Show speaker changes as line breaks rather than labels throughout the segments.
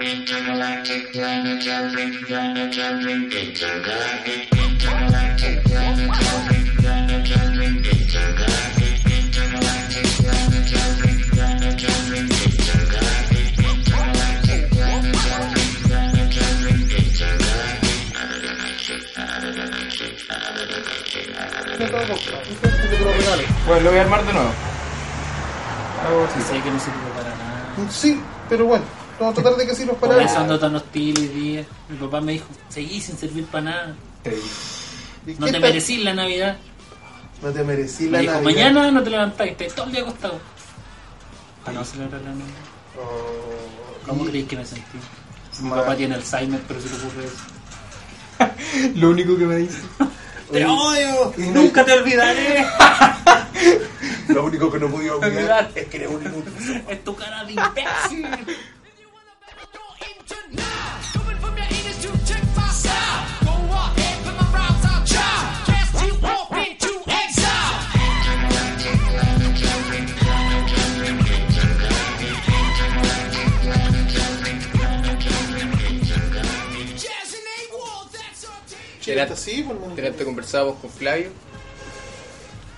Intergalactic planetary planetary intergalactic intergalactic planetary planetary intergalactic intergalactic planetary planetary intergalactic intergalactic planetary planetary
Bueno, lo voy a armar de nuevo. Hago así.
Sé que no sirve para nada.
Sí, pero bueno, vamos a tratar de que sí nos
Por eso
parara.
ando tan hostil hoy día. Mi papá me dijo, seguí sin servir para nada.
¿Y
No
qué
te
tal?
merecí la Navidad.
No te merecí
Me
la
dijo,
Navidad.
mañana no te levantás, estás todo el día acostado. Para no celebrar la Navidad.
Oh,
¿Cómo
y-
creéis que me sentí? Mi
Mal.
papá tiene Alzheimer, pero se le ocurre eso.
Lo único que me dice.
¡Te odio!
y no-
¡Nunca te olvidaré!
Lo único que no podía olvidar
Olvidar.
es que eres un inútil.
¡Es tu cara de imbécil!
Está así, pues, hermano.
Delante conversábamos con Flavio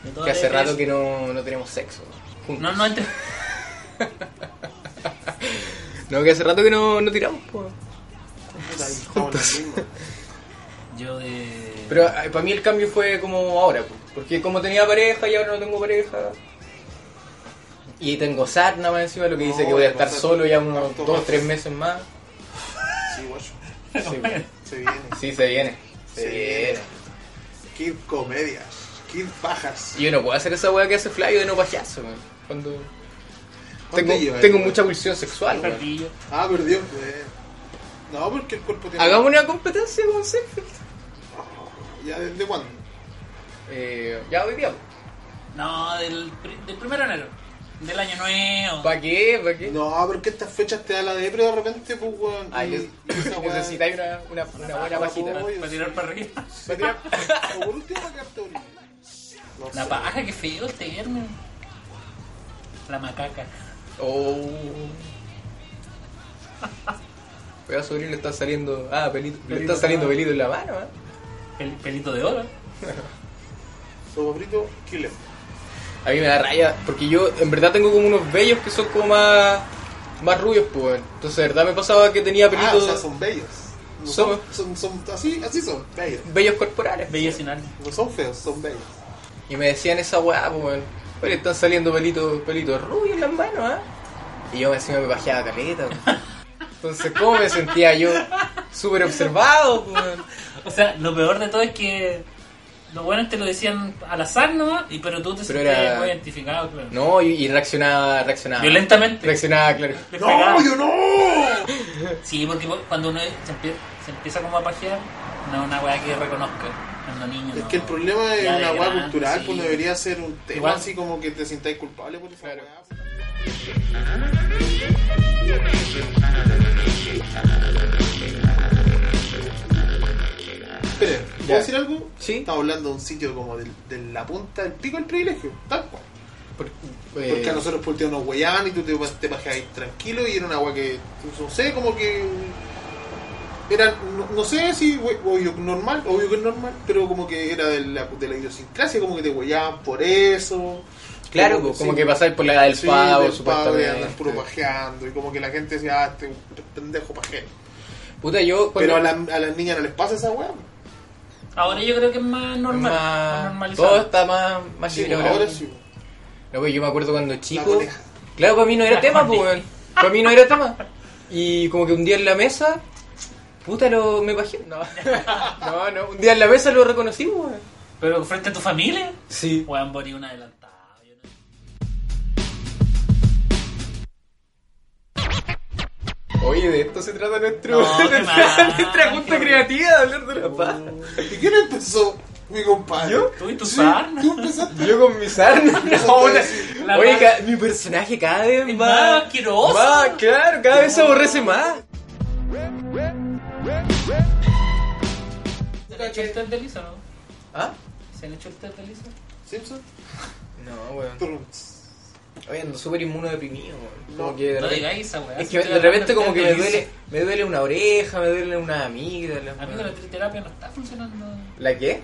De todas
que hace
las
rato que
veces-
no, no teníamos sexo. juntos.
No, no, entre...
No, que hace rato que no, no tiramos, po.
Puta, ahí estamos en la misma.
Yo de...
Pero eh, para mí el cambio fue como ahora, po. porque como tenía pareja y ahora no tengo pareja. Y tengo sarna más encima, lo que
No,
dice que voy a
la
estar
cosa-
solo ya unos
harto
dos,
más.
tres meses más.
Sí, guacho.
Sí, po.
Se viene.
Sí, se viene. Se
Se
viene.
viene. Kid comedia. Kid pajas.
Y yo no puedo hacer esa weá que hace Flavio de no payaso, weón. Cuando.
¿Cuánto
Tengo,
lleva
tengo
ahí,
mucha
weón?
pulsión sexual, weón.
Jardillo.
Ah, por Dios, weón. No, porque el cuerpo tiene.
Hagamos una competencia con Seinfeld.
¿Ya desde cuándo?
Eh, ya hoy día.
No, del, pri- del primero de enero. Del año nuevo.
¿Para qué? ¿Para qué?
No, porque estas fechas te da la depre de repente, pues, weón.
Ay,
y-
es-
y esa weá-
necesitáis una, una, una buena pajita.
po.
Para tirar para arriba.
Va a tirar- o por último, va a quedarte dormido. No
La
sé.
paja, que feo este viernes. La macaca.
Oh. Voy a subir le está saliendo. Ah, pelito. Le
Pelito
está saliendo
en la
pelito en
mano.
la mano, ¿eh?
El pelito de oro.
Su favorito, Killer.
A mí me da raya, porque yo en verdad tengo como unos vellos que son como más. más rubios, pues. weón. Entonces, de verdad me pasaba que tenía
Ah,
pelitos.
o sea, son bellos. No son, son,
Son-
son, así, así son, bellos.
vellos corporales.
Bello sin alma.
No son feos, son bellos.
Y me decían esa weá, pues, weón. Oye, están saliendo pelitos, pelitos rubios en las manos, ¿ah? Y yo encima me pajeaba caleta, weón. Entonces, ¿cómo me sentía yo? Súper observado, pues, weón.
O sea, lo peor de todo es que los buenos te lo decían al azar nomás, y, pero tú te
Pero
sentías
era-
muy identificado, claro.
No, y, y reaccionaba, reaccionaba.
Violentamente.
Reaccionaba, claro.
Les
¡No,
pegaba.
yo no!
Sí, porque vos- cuando uno se empieza, se empieza como a pajear, no es una weá que reconozca cuando niño.
Es
no.
que el problema es
Ya
una
de
weá
grande,
cultural, pues
sí.
no debería ser un tema
Igual.
así como que te sintáis culpable por esa weá. pues. Espera, ¿puedo
Ya.
decir algo?
Sí.
Estamos hablando de un sitio como del- de, la punta del pico del privilegio, tal cual.
Por-
Porque
eh,
a nosotros por último nos huellaban y tú te, te bajabas tranquilo y era una agua que, no sé, como que... Era, no, no sé si hue- obvio que normal, obvio que es normal, pero como que era de la, de la idiosincrasia, como que te huellaban por eso.
Claro, pues,
sí.
como que pasáis por la edad del
Sí,
pavo,
del pavo, de
supuestamente.
andar puro pajeando, y como que la gente decía, ah, este pendejo pajero.
Puta, yo cuando-
Pero a, la- a las niñas no les pasa esa weá.
Ahora yo creo que es más normal. Más,
más-
normalizado.
todo está más, más
Sí, pues,
libre ahora.
ahora sí.
No, pues yo me acuerdo cuando chico.
coneja.
Claro, para mí no era
La
tema, pues,
coneja.
weón. Para mí no era tema. Y como que un día en la mesa. Puta, lo me bajé. No, no, no, un día en la mesa lo reconocí, weón.
Pero frente a tu familia,
Sí.
weón, morir un adelantado. yo no-
Oye, de esto se trata nuestro,
No, qué
nuestra,
mal,
nuestra
qué Oh.
junta
horrible.
creativa de hablar de la paja.
¿Y quién empezó? Mi compadre.
¿Yo?
Tú y tu
Sí.
sarna.
¿Tú empezaste?
Yo con mi sarna. No, una-
La
Oye,
más-
ca- mi personaje cada vez
Es
más.
más asqueroso.
más, claro, cada vez se aborrece más.
¿Se han hecho el test de Lisa, no?
¿Ah?
¿Se han hecho el test de Lisa?
¿Simpson?
No, weón.
Trum.
Oye, ando súper inmunodeprimido, weón. Como
No,
que de
No
repente-
digáis esa weá.
Es
si
que
estoy
de repente
hablando
como que
del
me
test de
duele,
Lisa.
me duele una oreja, me duele una amígdala.
Amigo, la triterapia no está funcionando.
¿La qué?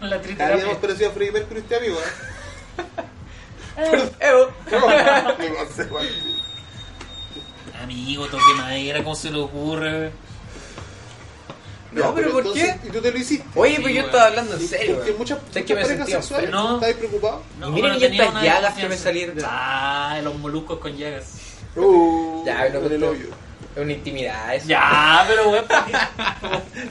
La, la
Cada día más
triterapia.
parecido a Freddie Mercury este amigo, ¿eh?
Evo.
Me pasé, güey.
Amigo, toque madera, ¿cómo se le ocurre?
No, pero ¿por
entonces,
qué?
¿Y tú te lo hiciste?
Oye,
Sí,
pero yo
weón.
estaba hablando en serio.
Porque
weón.
muchas,
¿Sabes que me
muchas
sentía
parejas sexuales
enfermo?
enfermo.
estáis preocupados.
Y miren
pero
ya
tenía
estas
una
llagas que
desconfianza.
me salieron.
Ah, los moluscos con llagas.
Uh,
Ya, no,
en el
pero-
hoyo.
Es una intimidad eso.
Ya, pero weón, ¿por qué?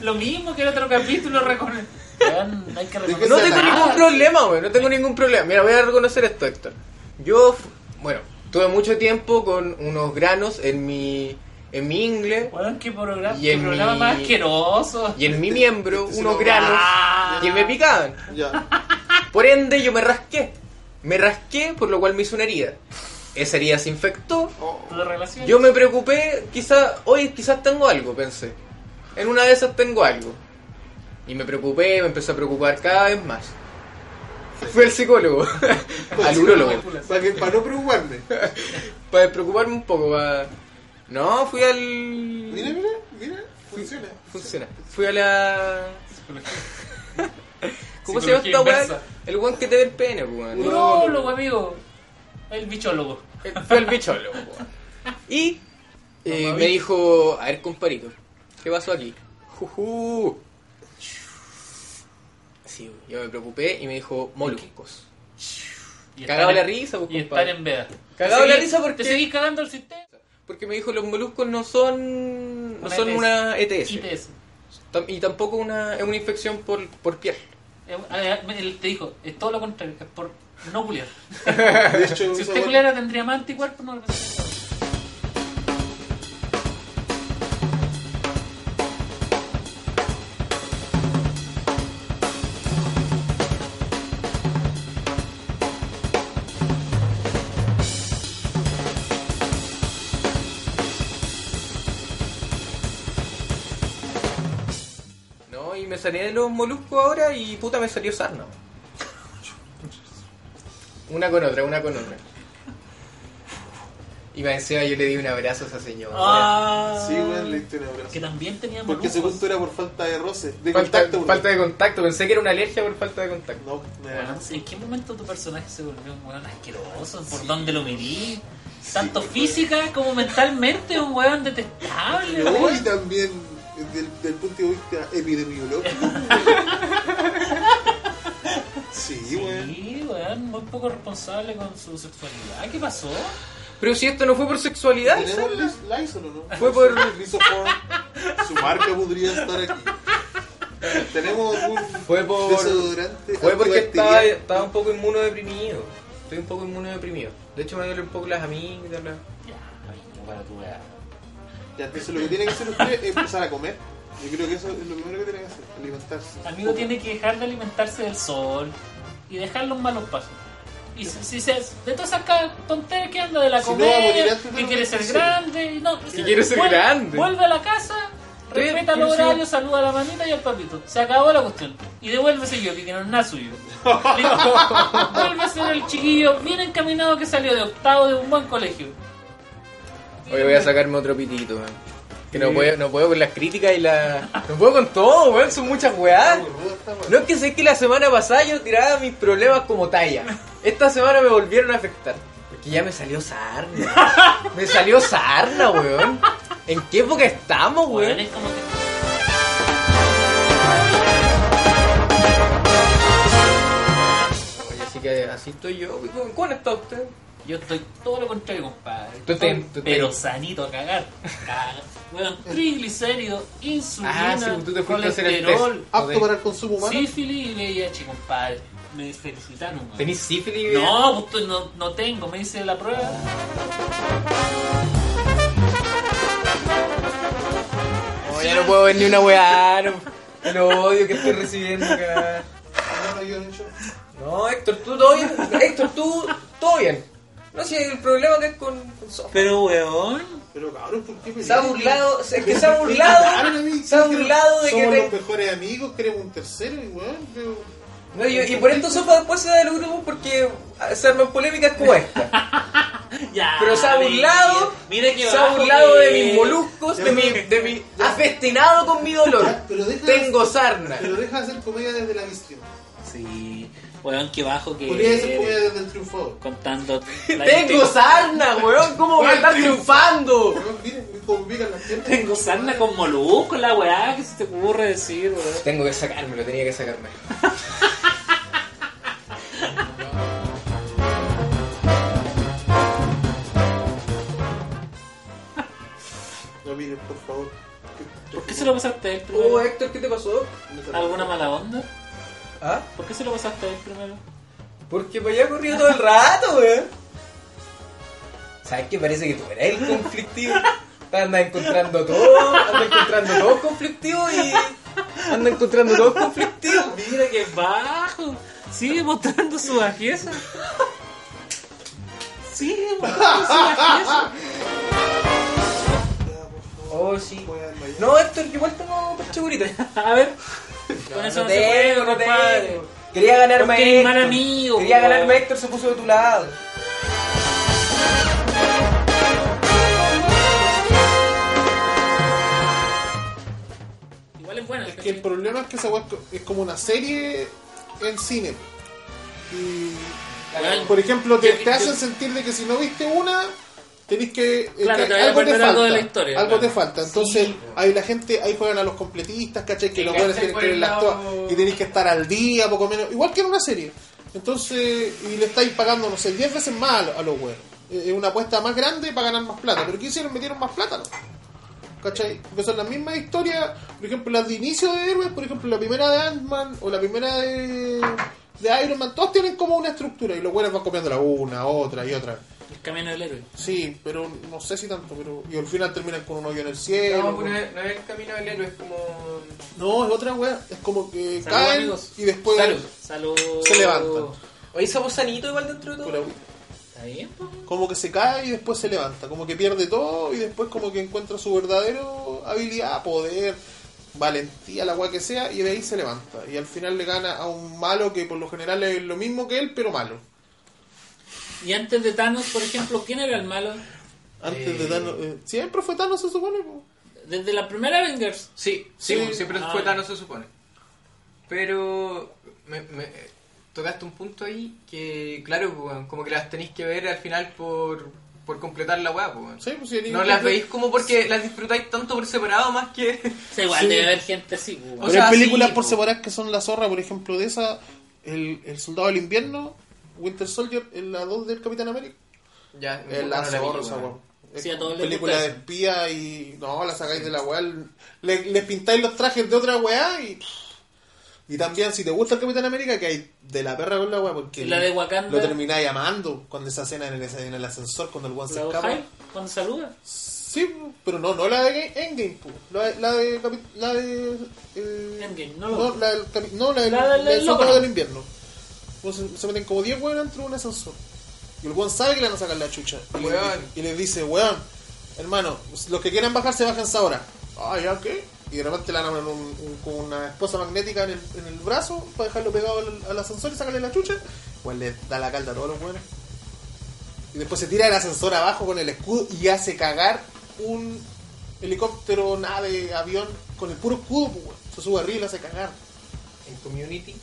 lo mismo que el otro capítulo, recone- Weón, hay que reconocer.
No
Esa
tengo
nada.
ningún problema, güey. No tengo ningún problema. Mira, voy a reconocer esto, Héctor. Yo, f- bueno, tuve mucho tiempo con unos granos en mi, en mi ingle
Weón, qué programa,
Y
qué
en
programa
mi-
más asqueroso.
y en mi miembro
Este se
unos
lo-
granos
Ah.
que me picaban.
Ya.
Por ende, yo me rasqué. Me rasqué, por lo cual me hizo una herida. Esa herida se infectó.
Oh,
Toda relación.
Yo me preocupé, quizás, hoy quizás tengo algo, pensé. En una de esas tengo algo. Y me preocupé, me empecé a preocupar cada vez más. Fui al psicólogo, al urólogo.
para, que, para no preocuparme.
Para preocuparme un poco, para... No, fui al...
Mira, mira, mira. Funciona.
Funciona. Fui a la... ¿Cómo se llama
Psicología
esta weá?
inversa.
El weón que te ve el pene, pues, weón.
Urólogo, amigo. El bichólogo.
Eh, Fui al bichólogo, weón. Y eh,
Mamá
me
bicho.
dijo, a ver, comparito, ¿qué pasó aquí? Jujú. Sí, yo me preocupé y me dijo, moluscos.
Y
Cagado
están
la
en-
risa, pues,
Y
compadre.
estar en veda.
Cagado
Te
la
seguís-
risa porque-
Te seguís cagando el sistema.
Porque me dijo, los moluscos no son, no
Una E
son
ETS.
una ETS.
ITS.
Tam- Y tampoco una, es una infección por, por piel.
Eh, eh, él Te dijo, es todo lo contrario, es por no culiar.
De hecho,
Si
esa
usted
weá-
culiara tendría más anticuerpos, no lo pasaría.
No, y me salí de los moluscos ahora y puta me salió sarna. weón. Una con otra, una con otra. Y me encima yo le di un abrazo a esa señora.
Ah,
Sí, weón, le diste un abrazo.
que también tenía
Porque
moluscos.
según tú era por falta de roce, de
falta,
contacto. porque-
falta de contacto, pensé que era una alergia por falta de contacto.
No, me da
Weón,
ganas.
¿En qué momento tu personaje se volvió un weón asqueroso? ¿Por dónde lo medí? Tanto física como mentalmente, un weón detestable,
No, y
weón.
también del, del punto de vista epidemiológico. sí, weón.
Sí, weón, muy poco responsable con su sexualidad. ¿Qué pasó?
Pero si esto no fue por sexualidad,
¿Tenemos
Isabel.
Liz- Lysol o no?
Fue por-
Lisoform. Su marca podría estar aquí. Tenemos un
Fue por-
desodorante.
fue porque estaba,
antibacterial.
estaba un poco inmunodeprimido. Estoy un poco inmunodeprimido. De hecho me duelen un poco las amígdalas.
Ya, amigo, para tu weá.
Ya, entonces lo que tiene que hacer usted es empezar a comer. Yo creo que eso es lo primero que tiene que hacer, alimentarse.
Amigo tiene que dejar de alimentarse del sol y dejar los malos pasos. Y si, si se, de todas esas ca- tonterías que anda de la
Si no, va a morir
comedia,
antes de
que
los
quiere ser
25.
grande, y no, si
quiere ser grande.
Vuelve a la casa,
Sí,
respeta
quiere
los
ser-
horarios, saluda a la manita y al papito. Se acabó la cuestión. Y devuélvese yo, que no es nada suyo. Listo. Vuelve a ser el chiquillo bien encaminado que salió de octavo de un buen colegio.
Hoy voy a sacarme otro pitito, weón. Que no puedo, no puedo con las críticas y la... No puedo con todo, weón. Son muchas weás.
Está gorda esta weá.
No es que sé que la semana pasada yo tiraba mis problemas como talla. Esta semana me volvieron a afectar. Porque ya me salió sarna. Me salió sarna, weón. ¿En qué época estamos,
Weón,
weón?
es como que-
Oye, así que así estoy yo. weón. ¿Cómo está usted?
Yo estoy todo lo contrario, compadre.
Tú te-
Estoy
tú te-
pero sanito a cagar. Caga. Weón, triglicéridos, insulina,
Ah, sí, tú te fuiste a hacer el
colesterol,
test.
Apto para el consumo humano.
sífilis y VIH, compadre. Me felicitaron, weón.
¿Tenís sífilis?
No, justo no,
Ah.
no tengo, me hice la prueba.
No, Oh, ya no puedo ver ni una weá. No, el odio que estoy recibiendo, cara.
No, no, yo no he hecho.
No, Héctor, tú todo bien. Héctor, tú todo bien. No sé, el problema que es con, con Soft.
Pero weón.
Pero cabrón, ¿por qué me
Se ha
miran?
burlado, es que se ha
Me gritaron a
burlado,
mí,
se ha
que
burlado de que...
Somos
te-
los mejores amigos, queremos un tercero, y weón. pero-
No, y, y por esto Sopa después se da el grupo porque se arman polémicas como esta.
Ya.
Pero se ha
mira,
burlado,
Mira que
se ha
bajo
burlado
que-
de mis moluscos, de mi, de mi... Afestinado con mi dolor.
Ya, pero deja-
Tengo sarna.
Pero deja de hacer comedia desde la visión.
Sí. Weón, que bajo que.
Podría hacer comedia desde el triunfador.
Contando. la
pues, Tengo sarna, weón. ¿Cómo voy a estar triunfando?
Weón, miren cómo pican las piernas.
Tengo sarna con molusco, la weá que se te ocurre decir, weón.
Tengo que sacármelo, tenía que sacarme.
No miren, por favor.
¿Por qué se lo pasaste a él
Oh,
primero?
Héctor, ¿qué te pasó?
¿Alguna mala onda?
¿Ah?
¿Por qué se lo pasaste a él primero?
Porque me había corrido todo el rato, weón. ¿Sabes qué? Parece que tú eres el conflictivo. Anda encontrando todo, anda encontrando todo conflictivo y. Anda encontrando todo conflictivo.
Mira que bajo. Sigue mostrando su bajeza. Sigue mostrando su bajeza.
Oh, sí.
Weón, vaya.
No, Héctor, yo igual tengo pachagurita.
A ver. Con eso no se puede, compadre.
Quería ganarme a
Porque eres
Héctor.
mal amigo,
Quería
weón.
ganarme a Héctor, se puso de tu lado.
Igual es buena.
Es que el problema es que esa weá es co- es como una serie en cine. Y,
Weón,
por ejemplo, te,
yo-
te
yo-
hacen sentir de que si no viste una, tenés que. eh,
Claro,
que
te vas a perder algo de la historia,
algo
claro.
te falta. Entonces, ahí la gente, ahí juegan a los completistas, ¿cachai? Que
Y
los
cachai
buenos tienen
por
que
el
ver las todas.
lado-
Y tenés que estar al día, poco menos. Igual que en una serie. Entonces, y le estáis pagando, no sé, 10 veces más a, lo- a los buenos. Eh, Es una apuesta más grande para ganar más plata. Pero ¿qué hicieron? Metieron más plata, ¿no? ¿Cachai? Porque son las mismas historias, por ejemplo, las de inicio de héroes, por ejemplo, la primera de Ant-Man o la primera de, de Iron Man, todos tienen como una estructura y los buenos van copiándola una, otra y otra.
El camino del héroe.
Sí, pero no sé si tanto, pero. Y al final terminan con un hoyo en el cielo. con-
no es el camino del héroe, es como.
No, es otra weá, es como que
Salud,
caen
amigos.
y después.
Salud.
Salud.
Se levantan.
Oye, esa voz sanito igual dentro de
Pura
todo.
weá.
¿Está bien? po?
Como que se cae y después se levanta, como que pierde todo y después como que encuentra su verdadero habilidad, poder, valentía, la weá que sea, y de ahí se levanta. Y al final le gana a un malo que por lo general es lo mismo que él, pero malo.
Y antes de Thanos, por ejemplo, ¿quién era el malo?
Antes de Thanos... eh, siempre fue Thanos, se supone. po.
Desde la primera Avengers.
Sí, sí,
Sí.
siempre
Ah,
fue
ya.
Thanos se supone. Pero me, me- eh, tocaste un punto ahí que, claro, pues, weón, como que las tenéis que ver al final por, por completar la weá, pues, weón.
Sí, pues, sí, el-
No las veis como porque las disfrutáis tanto por separado más que...
O sea, igual
Sí.
debe haber gente así. po,
O
weón.
Pero
sea,
hay películas
sí,
por
po.
separar que son la zorra, por ejemplo, de esa, el, el Soldado del Invierno, Winter Soldier, en la 2 del Capitán América.
ya,
Es
no
la
vi,
zorra,
weón.
esa weón. Es
Sí, a todos les
película
gusta
de espía y. No, la sacáis de la weá. Le, les pintáis los trajes de otra weá y. Y también, si te gusta el Capitán América, que hay de la perra con la weá, porque.
Y la de Wakanda.
Lo termináis amando cuando esa escena en el, en el ascensor, cuando el weón se
La
escapa.
Ojai, cuando saluda.
Sí, pero no, no la de Ga- Endgame, po. la, de- la de... capi- La de eh,
Endgame, no
no,
lo-
la del, capi- no, la del,
La del-
la del
loco,
soldado
no.
del invierno. Pues se, se meten como 10 weón dentro de un ascensor. Y el weón sabe que le van a sacar la chucha. Y, le-
Weón.
y les dice, weón, hermano, los que quieran bajarse, bájense ahora. Ah, ya, ¿qué? Y de repente le dan un- un- con una esposa magnética en el, en el brazo para dejarlo pegado al, al ascensor y sacarle la chucha. Pues le da la calda a todos los weones. Y después se tira el ascensor abajo con el escudo y hace cagar un helicóptero, nave, avión con el puro escudo, pues, weón. Se sube arriba y lo hace cagar.
En Community.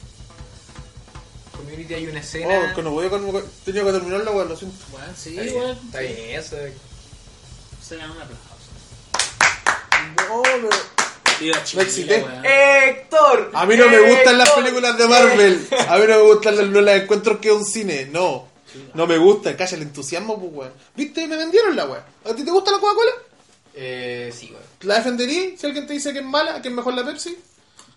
Community hay una escena...
Oh, que no voy a con... Tenía que terminarla, weón, lo siento.
Weón, sí,
Está bien,
weón.
está bien, eso.
Se dan un aplauso.
No, pero...
Viva Chile,
existe.
weón.
¡Héctor!
A mí no me gustan las
¡Héctor!
películas de Marvel. A mí no me gustan las, no las encuentro que es un cine. No. No me gusta. Calla el entusiasmo, pues, weón. ¿Viste? Me vendieron la weón. ¿A ti te gusta la Coca-Cola?
Eh, sí, weón.
¿La defenderí? Si alguien te dice que es mala, que es mejor la Pepsi.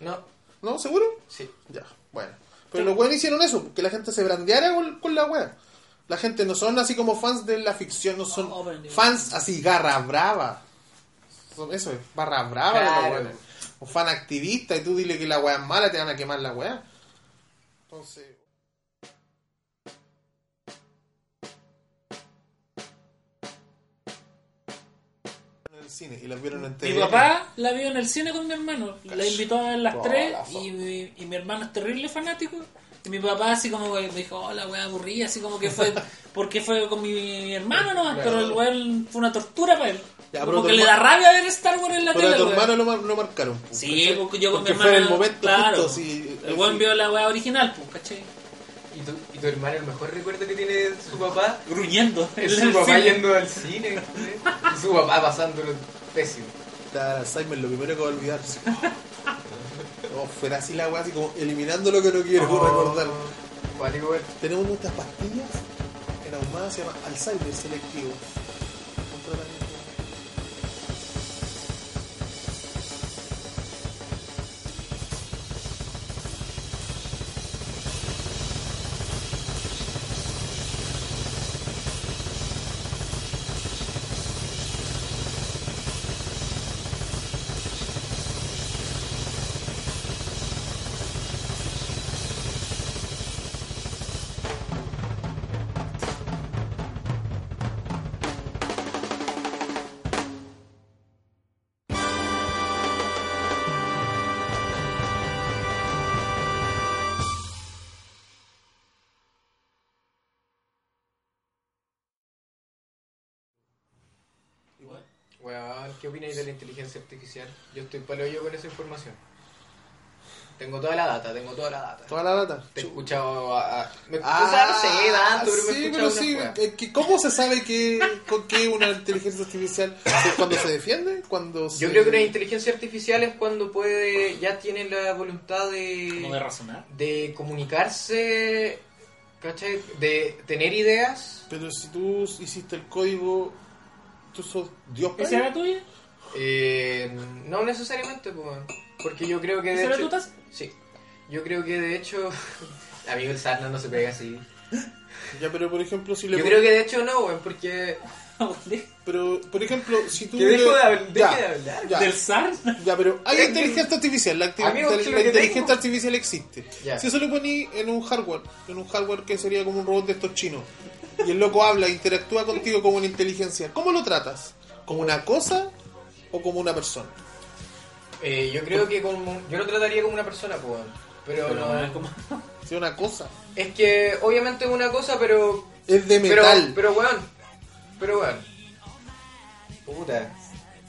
No,
¿No? ¿Seguro?
sí.
Ya, bueno. Pero los weones hicieron eso, que la gente se brandeara con, con la wea. La gente no son así como fans de la ficción, no son
Oh, brandearon.
fans así garra brava.
Son- Eso es barra brava de
Claro.
la weá. O fan activista y tú dile que la weá es mala, te van a quemar la weá. Entonces. En el cine y las vieron en
Mi
TV.
papá la vio en el cine con mi hermano, la invitó a ver las
Toda
tres
la fa-
y mi, y mi hermano es terrible fanático. Y mi papá así como que me dijo, oh, la weá aburrida, así como que fue, porque fue con mi hermano nomás,
Claro.
pero el weón fue una tortura para él.
Ya, pero
como
tu
que le da
hermano-
rabia ver Star Wars en la
Pero a
tele.
tu
weón.
hermano lo, mar- lo marcaron. pues,
Sí,
¿cachai?
porque yo con mi
Porque
hermano.
fue en el momento
claro,
justo, sí, eh,
el weón
sí.
vio la weá original, pues, ¿cachai?
¿Y tu, y tu hermano, el mejor recuerdo que tiene de su papá
Gruñendo.
es
en
su
el
papá
cine.
yendo al cine. ¿eh? Y su papá pasándolo pésimo.
Claro, Alzheimer, lo primero que va a olvidar. así, oh. No, fuera así la weá, así como eliminando lo que no quiero
Oh.
recordar.
Vale, weón.
Tenemos nuestras pastillas en ahumada, se llama Alzheimer selectivo. Un tratamiento.
Weón, ¿qué opináis de la inteligencia artificial? Yo estoy palo yo con esa información. Tengo toda la data, tengo toda la data.
Toda la data.
Te he escuchado a... a- me,
Ah,
o sea, no sé, tanto, pero me he
sí,
escuchado
pero
unas
sí.
weas.
es que ¿Cómo se sabe que, con qué una inteligencia artificial? ¿Es ¿Cuando se defiende? Cuando
Yo
se-
creo que una inteligencia artificial es cuando puede, ya tiene la voluntad
Como de razonar.
de comunicarse, ¿cachai? De tener ideas.
Pero si tú hiciste el código, tú sos Dios.
¿Esa
padre.
era tuya?
Eh, no necesariamente, pues, weón. porque yo creo que de
¿Esa era
hecho-
tu taza?
Sí. Yo creo que de hecho... Amigo, el sarna no se pega así.
Ya, pero por ejemplo, si le.
Yo creo que de hecho no, weón, porque...
Pero, por ejemplo, si tú.
Que dejo de hablar.
Ya,
deje de hablar.
ya.
¿Del SAR?
Ya, pero hay inteligencia artificial, la, acti-
eh, Amigo,
la-
es lo
la
que
inteligencia
tengo.
artificial existe.
Ya.
Si eso lo poní en un hardware, en un hardware que sería como un robot de estos chinos, y el loco habla, interactúa contigo como una inteligencia, ¿cómo lo tratas? ¿Como una cosa o como una persona?
Eh, yo creo que como. Yo lo trataría como una persona, pues. weón. Pero, no.
Si una cosa.
Es que obviamente es una cosa, pero.
Es de
Pero,
metal.
pero weón. Pero weón. Puta.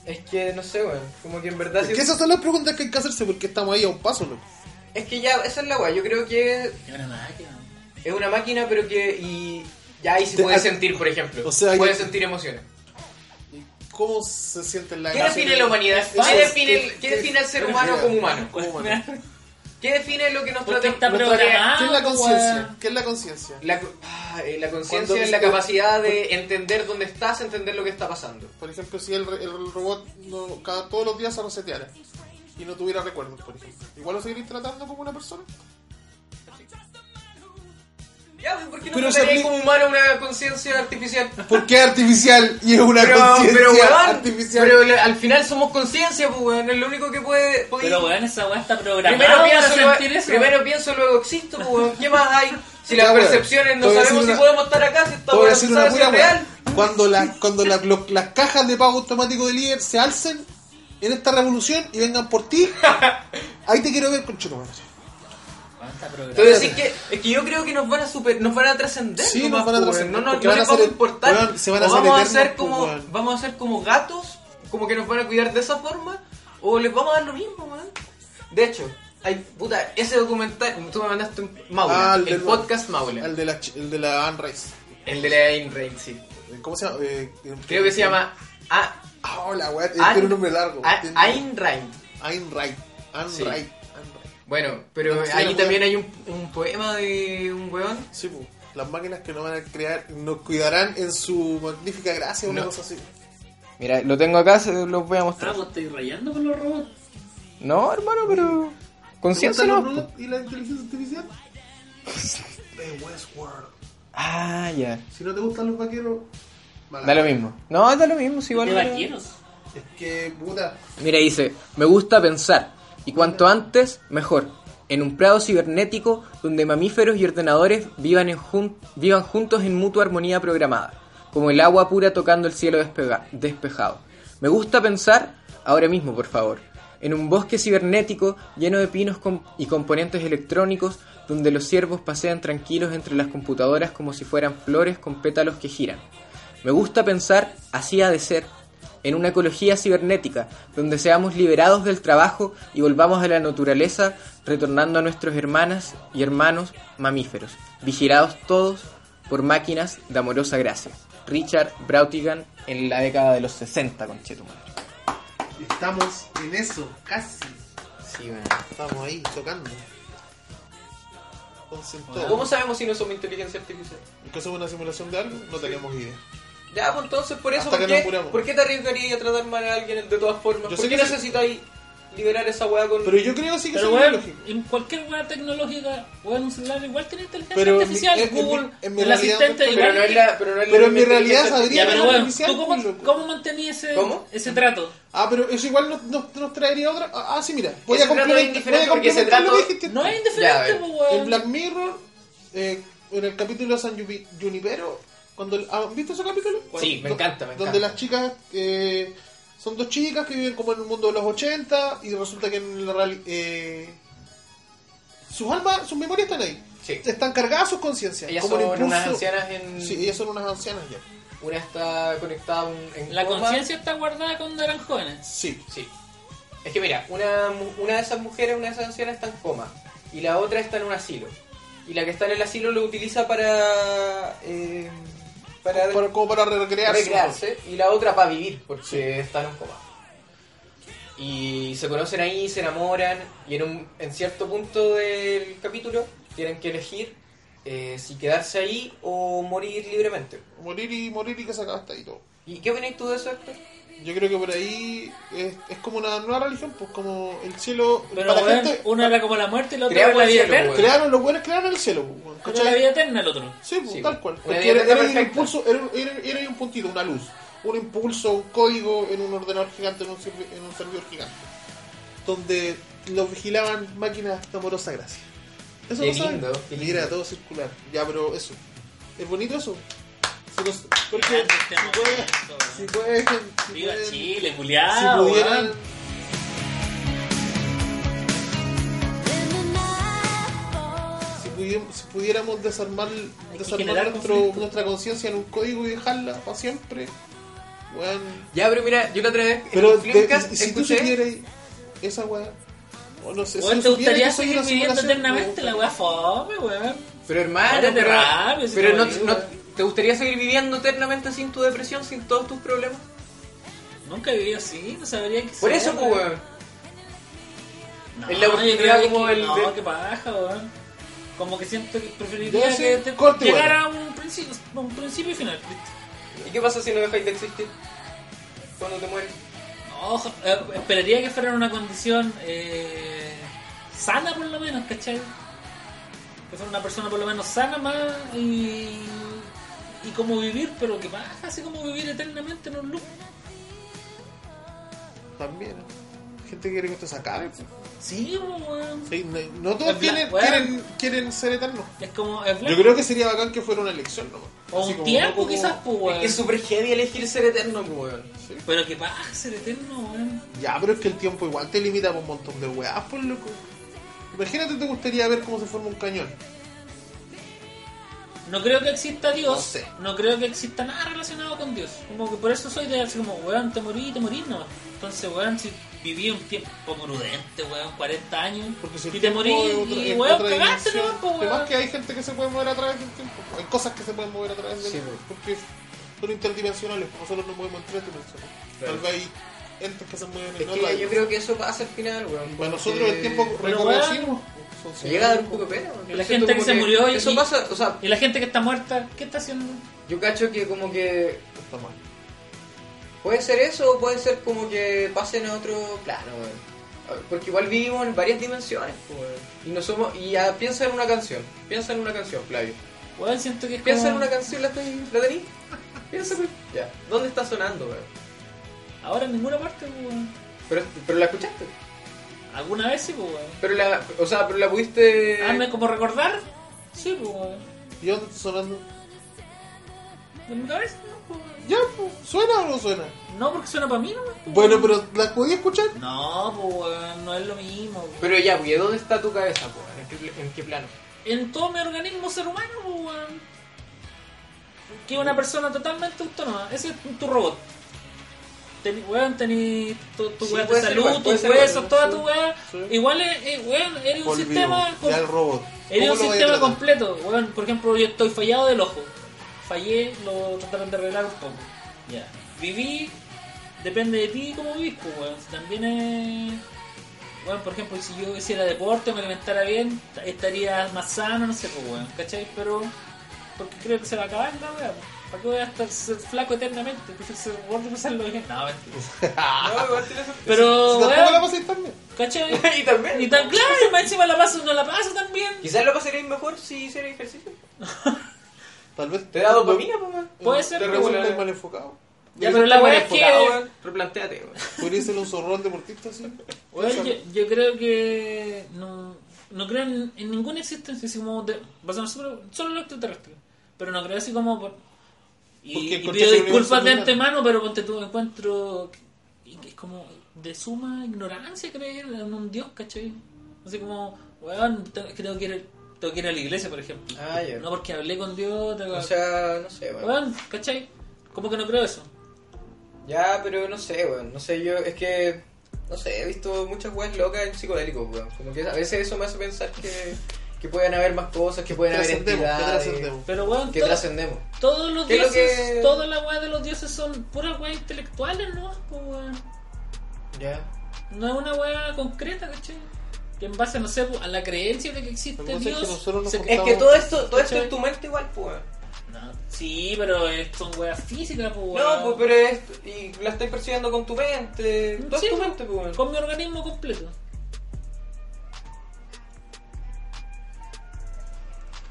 Es que no sé, weón. Como que en verdad.
es
si-
que esas son las preguntas que hay que hacerse porque estamos ahí a un paso, loco.
es que ya, esa es la weón. Yo creo que
una máquina.
es una máquina, pero que. Y. Ya ahí se
Te-
puede
ah,
sentir, por ejemplo.
o sea,
puede
yo-
sentir emociones.
¿Cómo se sienten las
¿Qué define la humanidad?
Eso
¿Qué
es,
define, el- ¿Qué define al ser humano como humano?
Como humano.
¿Qué define lo que nos
Porque
trata
está
nos
programado.
tratea-
¿Qué es la
Ah, como
conciencia?
a-
¿Qué es la conciencia?
La, co- ah, eh, la conciencia
Cuando
es la
tú-
capacidad de entender dónde estás, entender lo que está pasando.
Por ejemplo, si el, re- el robot no, cada, todos los días se reseteara y no tuviera recuerdos, por ejemplo, ¿igual lo seguiréis tratando como una persona?
Ya, pues, ¿por qué no
Pero
trataría
se apli-
como humano una conciencia artificial?
Porque es artificial y es una
Pero,
conciencia
pero, weón,
artificial.
pero le- al final somos conciencia, pues, weón, es lo único que puede... podí-
Pero weón, esa weá está
primero,
programada para
pienso,
sentir
luego,
eso.
primero pienso, luego existo, pues, weón, ¿qué más hay? Si las
Ya, weón,
percepciones
te
no
voy a
sabemos
decir
si
una-
podemos estar acá, si esta
Te voy a
weá no
decir
se
una
sabe si
pura
es real.
weá. Cuando, las cuando la- lo- las cajas de pago automático del líder se alcen en esta revolución y vengan por ti, ahí te quiero ver con chocolate.
Weón, está programada.
Entonces sí que, es que yo creo que nos van a super, nos van a trascender,
Sí,
nomás,
nos van a
po, weón.
trascender,
no, no,
porque
no
van a
les vamos a
ser-
importar,
weón, se van a
o
hacer
vamos a
eternos,
ser como,
po, weón.
vamos a ser como gatos, como que nos van a cuidar de esa forma, o les vamos a dar lo mismo, weón. De hecho, hay, puta, ese documental, tú me mandaste un Maula,
Ah,
el,
del-
podcast Maula,
El de la, ch- el de la Anne Rice.
el de la Ayn Rand, sí.
¿Cómo se llama? Eh,
Creo que se llama A-
Ah, hola, weá. eh,
Anne-
Tiene un nombre largo.
A-
Tiene-
Ayn Rand.
Ayn Rand. Ayn
Sí.
Rand. Ayn Rand.
Bueno, pero
Sí,
ahí
weón.
también hay un, un poema de un weón
Sí, po. las máquinas que nos van a crear nos cuidarán en su magnífica gracia o una
No.
cosa así.
Mira, lo tengo acá, se los voy a
Ah, vos estáis rayando con los robots.
No, hermano, pero. Conciencia
¿Te
no.
gustan los robots ¿Y la inteligencia artificial? De Westworld.
Ah, ya.
Si no te gustan los vaqueros, mala.
Da lo mismo. No, da lo mismo, si igual.
De vaqueros.
Es que, puta.
Mira, dice, me gusta pensar, y cuanto antes, mejor, en un prado cibernético donde mamíferos y ordenadores vivan, en jun- vivan juntos en mutua armonía programada, como el agua pura tocando el cielo despega- despejado. Me gusta pensar, ahora mismo, por favor, en un bosque cibernético lleno de pinos com- y componentes electrónicos donde los ciervos pasean tranquilos entre las computadoras como si fueran flores con pétalos que giran. Me gusta pensar, así ha de ser, en una ecología cibernética, donde seamos liberados del trabajo y volvamos a la naturaleza, retornando a nuestros hermanas y hermanos mamíferos, vigilados todos por máquinas de amorosa gracia. Richard Brautigan en la década de los 60, conchetumadre.
Estamos en eso, casi.
Sí, weón.
Estamos ahí, tocando. Concentrados.
¿Cómo sabemos si no somos inteligencia artificial?
En caso de una simulación de algo, no tenemos idea.
Ya, pues entonces por eso,
Hasta
¿por
que nos
qué,
muramos.
por qué te arriesgarías a tratar mal a alguien de todas formas?
Yo sé
¿Por qué
que sí.
necesitáis liberar esa weá con...
Pero yo creo sí que
Pero
es
weón,
lógico.
en cualquier weá tecnológica, weón, un celular igual tiene inteligencia
Pero en mi-
artificial,
en- en mi-
Google,
en mi
el
realidad,
asistente
pero
igual.
Pero no es la... Pero, no es la
Pero en mi
inteligencia
realidad
artificial.
Ya, pero weón,
artificial,
¿tú
pues,
cómo,
loco.
cómo mantení ese,
¿Cómo?
ese trato?
Ah, pero eso igual nos, nos- nos traería otra. Ah, ah, sí, mira. Voy
Ese
a
trato es
complementar, voy
indiferente
a
porque ese
complementar lo que
trato
dijiste.
No es
Ya, a
indiferente,
ver.
pues,
En
weón.
Black Mirror, eh, en el capítulo de San Yupi- Junipero, cuando el- ¿han visto ese capítulo?
Sí, me
Do-
encanta, me
Donde
encanta.
las chicas eh, son dos chicas que viven como en un mundo de los 80 y resulta que en la realidad sus almas, sus memorias están ahí.
Sí.
Están cargadas sus conciencias.
Ellas
como el
son unas
impulso-
ancianas en...
Sí, ellas son unas ancianas ya.
Una está conectada a un- en
La
coma.
conciencia está guardada cuando eran jóvenes.
Sí.
Sí. Es que mira, una, mu- una de esas mujeres, una de esas ancianas está en coma. Y la otra está en un asilo. Y la que está en el asilo lo utiliza para... eh, para,
Para- como para recrearse.
recrearse. Y la otra para vivir, porque está en un coma. Y se conocen ahí, se enamoran. Y en, un, en cierto punto del capítulo tienen que elegir eh, si quedarse ahí o morir libremente.
Morir y morir y que se acaba hasta ahí todo.
¿Y qué opinas tú de eso, Héctor?
Yo creo que por ahí es, es como una nueva religión, pues como el cielo.
Pero
para
weón,
gente,
una era como la muerte y la otra
Creamos
era la
el
vida
cielo,
eterna.
weón.
crearon, los buenos crearon el cielo. pues,
Como
¿cachai?
la vida eterna el otro.
Sí, pues,
Sí,
tal
pues.
cual.
Una
Porque
vida
era,
eterna
era un
perfecta.
impulso, era, era- era un puntito, una luz. Un impulso, un código en un ordenador gigante, en un, servi- en un servidor gigante. Donde los vigilaban máquinas de amorosa gracia. Eso
Qué
no saben.
lindo, qué lindo.
Mira, todo circular. Ya, pero eso. Es bonito eso. Si los- porque
Grande este
si pueden-
momento,
si pueden- si
Viva
pueden-
Chile,
si
culiado.
pudieran. Si, pudi- si pudiéramos desarmar,
que
desarmar
generar
nuestro-
conflicto.
nuestra conciencia en un código y dejarla para siempre, weón.
Ya, pero mira, yo la otra vez en
Pero
un
de-
Flimcast
si tú
escuché-
supieras esa weá, o no sé, si
Weón,
yo
¿te
supiera
gustaría
que soy
seguir
una
viviendo
simulación,
eternamente?
weón,
La weá fome, weón.
Pero hermano,
Párate
pero,
rápido, si
pero
te
no,
morí,
no-
weón.
¿te gustaría seguir viviendo eternamente sin tu depresión, sin todos tus problemas?
Nunca he vivido así, no sabría qué
Por
ser,
eso, pues,
weón.
weón.
No,
Es la oportunidad
yo creo
como
que,
el
No,
de-
qué paja, weón. Como que siento que
Ya,
preferiría
sí,
que te
corte,
llegar a un principio, un principio y final. listo.
¿Y qué pasa si no dejáis de existir? Cuando te mueres.
No, jo- eh, esperaría que fuera en una condición eh, sana, por lo menos, ¿cachai? Que fuera una persona por lo menos sana más y, y como vivir, pero que más, así como vivir eternamente en un loop.
También. ¿eh? Gente que quiere que esto se acabe. pues.
Sí, weón.
Sí, no- no
Es
todos
bla-
quieren,
weón.
quieren, quieren ser eternos.
Es como, es
Yo
blanco.
creo que sería bacán que fuera una elección, ¿no?
O
Así
un
como-
tiempo,
como-
quizás, pues, weón.
Es que es súper heavy elegir ser eterno, pues, weón.
Sí.
Pero que paja ser eterno, weón.
Ya, pero es que el tiempo igual te limita por un montón de weas, pues loco. Imagínate, te gustaría ver cómo se forma un cañón.
No creo que exista Dios.
No sé.
no creo que exista nada relacionado con Dios. Como que por eso soy de así como, weón, te morí, te morí nomás. Entonces, weón, si viví un tiempo prudente, weón, 40 años,
Porque si el
y te
tiempo
morí,
es otra-
y
es
weón,
otra
cagaste
dimensión.
nomás, pues,
Además
weón.
que hay gente que se puede mover a través del tiempo. pues, Hay cosas que se pueden mover a través del
Sí,
tiempo. Porque son interdimensionales, como nosotros nos movemos en tres dimensiones.
Claro.
Tal vez hay entes que se mueven
Es
en
que
otra.
yo creo que eso pasa al final, weón.
Para
porque
nosotros el tiempo
Pero,
recorre
weón,
así, ¿no? Son
Se llega a dar un
cinco-
poco de pena, weón.
Y la
Siento
gente que
como
se murió y-
Eso
y-
pasa, o sea,
Y la gente que está muerta, ¿qué está haciendo?
yo cacho que como que
Está mal.
Puede ser eso o puede ser como que pasen a otro plano, weón. Porque igual vivimos en varias dimensiones, pues, weón. Y no somos. Y ah, piensa en una canción. Piensa en una canción, Flavio.
Weón, siento que es
Piensa en
como-
una canción, ¿la, tenéis? ¿La tenéis? Piensa, pues. Ya. ¿Dónde está sonando, weón?
Ahora en ninguna parte, pues, weón.
Pero, pero la escuchaste.
Alguna vez sí, pues, weón.
Pero la, o sea, pero la pudiste.
Eh.
Ah, ¿no es como recordar? Sí, pues, weón.
¿Y dónde está sonando?
¿En mi cabeza? No, pues, weón.
Ya, pues, ¿suena o no suena?
No, porque suena para mí, ¿no? pues,
Bueno,
weón.
pero ¿la podía escuchar?
No, pues, weón, no es lo mismo, weón.
Pero ya, pues, ¿y ¿dónde está tu cabeza, po? ¿En qué, pl- en qué plano?
en todo mi organismo ser humano, pues, weón. Que una persona totalmente autónoma. Ese es tu robot. Teni, weón, tení tu, tu
Sí,
weá de
puede ser
salud,
igual, puede
tus
ser igual,
huesos, toda
sí,
tu weá.
sí.
Igual, es, es- weón, eres un
Olvido.
sistema... com-
Ya el robot.
Era un
¿Cómo lo vaya a
sistema
tratar?
completo, weón. Por ejemplo, yo estoy fallado del ojo. Fallé, lo trataron de arreglar un poco. Ya. Viví, depende de ti cómo vivís, pues, weón. Si También es. Weón, por ejemplo, si yo hiciera deporte, me alimentara bien, t- estaría más sano, no sé, pues, weón. ¿Cachai? Pero. Porque creo que se va a acabar la weón. ¿Para qué voy a estar ser flaco eternamente? Prefiero ser gordo y pasarlo bien. No, mentira.
Ah.
No, igual tiene sentido.
Pero,
Si tampoco la
weón,
pasáis también.
¿cachai?
y también.
Y tan claro, y más encima la paso, no la paso también.
Quizás lo pasaréis mejor si hiciera ejercicio.
Tal vez
Te da dopamina, papá.
Puede ser,
Te
pues,
resulta
weón.
mal enfocado.
Ya, pero la weá es que.
Replantéate, weón.
Podría ser un zorrón deportista así.
Bueno, yo, yo creo que no, no creo en, en ninguna existencia, así como de, basado solo, solo en lo extraterrestre. Pero no creo así como por- y,
Porque
y
encontré
pido
ese
disculpas
universo
de
lunar.
antemano, pero ponte tú encuentro que que es como de suma ignorancia creer en un dios, ¿cachai? Así como, weón, te- es que tengo que ir, tengo que ir a la iglesia, por ejemplo.
Ah, ya.
No porque hablé con Dios, tengo-
O sea, no sé, weón.
weón, ¿cachai? Como que no creo eso.
Ya, pero no sé, weón. No sé, yo es que. No sé, he visto muchas weas locas en psicodélicos, weón. Como que a veces eso me hace pensar que, que pueden haber más cosas, que pueden haber
Trascendemos, que
entidades.
trascendemos.
Pero weón,
Que
todo-
trascendemos.
Todos los
¿Qué es lo
dioses,
que-
todas las weas de los dioses son puras weas intelectuales, ¿no? Pues, weón.
Ya.
No es una wea concreta, ¿cachai? Que en base, no sé, pues, a la creencia de que existe
Lo que pasa es que
Dios.
nosotros nos
se-
juntamos-
Es que
Estamos-
todo esto, todo esto
¿Cachai?
es tu mente igual, pues, weón.
No, sí, pero es- son weas físicas, pues,
No,
weón.
pues, pero es. Y la estás persiguiendo con tu mente. Todo
Sí,
es tu
pues,
mente, pues, weón.
Con mi organismo completo.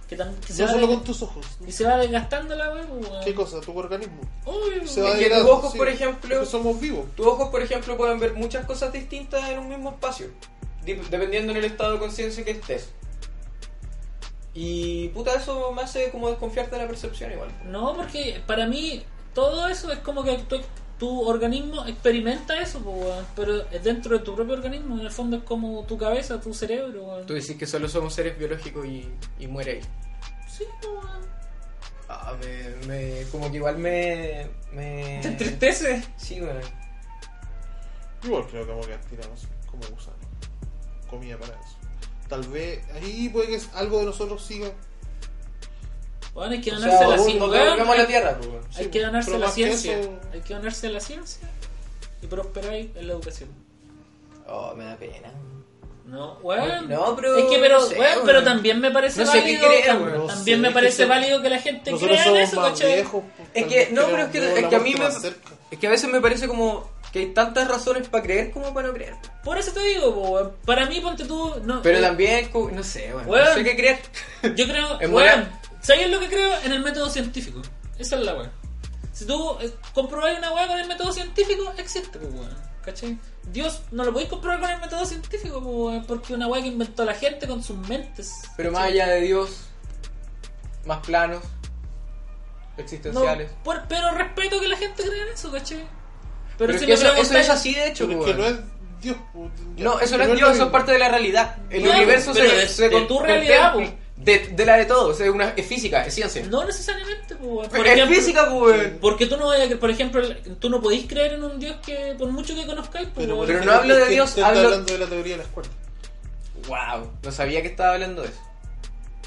Que, tam- que se
No
va
solo
de-
con tus ojos.
Y se va desgastando la wea, pues, weón.
¿Qué cosa? Tu organismo.
Obvio,
Se
weón.
va
Es que
degradando,
tus ojos, por ejemplo-
porque somos vivos.
Tus ojos, por ejemplo, pueden ver muchas cosas distintas en un mismo espacio, di- dependiendo del estado de conciencia que estés. Y puta, eso me hace como desconfiar de la percepción igual.
No, porque para mí todo eso es como que tu, tu organismo experimenta eso, po, weón, pero es dentro de tu propio organismo, en el fondo es como tu cabeza, tu cerebro. weón.
decís que solo somos seres biológicos y, y muere ahí.
Sí, po, weón.
Ah, me, me- como que igual me... me...
¿Te entristece?
Sí, bueno.
Igual creo que vamos a quedar tirados como gusanos. Comida para eso. Tal vez ahí puede que algo de nosotros siga.
Weón, hay que
O
ganarse
sea,
la
aún
ciencia.
no
weón.
volvemos a la
hay,
Tierra, pues, weón.
hay
Sí,
que
po,
ganarse
pero
la
más que
ciencia.
eso-
Hay que ganarse la ciencia y prosperar ahí en la educación.
Oh, me da pena.
No, weón.
No, pero
Es que, pero,
no sé,
weón,
weón.
pero también me parece
No sé qué
válido.
creer,
tam-
weón.
No
también
sé,
me
es que
parece
son-
válido que la gente
Nosotros
crea en
somos
eso,
más
¿cachai?
viejos. pues,
Es
tal
que-
vez
no, pero
creamos
es que-
la
es que a
muerte
mí me-
más cerca.
Es que a veces me parece como que hay tantas razones para creer como para no creer.
Por eso te digo, po, weón. Para mí, ponte tú. No,
Pero
eh,
también, como- no sé, bueno,
Weón.
no sé qué creer.
Yo creo,
Es
weón,
moral.
¿sabes lo que creo? En el método científico. Esa es la weón. Si tú eh, comprobás una weá con el método científico, existe, pues weón. ¿Cachai? Dios no lo podéis comprobar con el método científico, pues, weón, porque una weá que inventó la gente con sus mentes.
Pero más
¿cachai?
allá de Dios, más planos,
No,
existenciales.
por- pero respeto que la gente crea en eso, ¿cachai?
Pero,
Pero,
es
si
que
me
eso, eso
preguntáis-
es así, de hecho.
Pero es que
weón.
no es Dios. pues, ya.
No, eso no
Que
es Dios,
lo
eso es
mismo.
parte de la realidad. El
Claro,
universo se,
pero de-
se
de
con-
tu realidad, pues.
contempla- de, de la de todos, es, una, es física, es ciencia.
No necesariamente, pues, weón.
es física, pues, weón.
Porque tú no vayas a creer, por ejemplo, tú no podéis creer en un Dios que, por mucho que conozcáis, pues,
Pero,
weón.
por
Pero no
ejemplo,
hablo de
es que
Dios,
usted está
hablo-
hablando de la teoría de las cuerdas.
Wow, no sabía que estaba hablando de eso.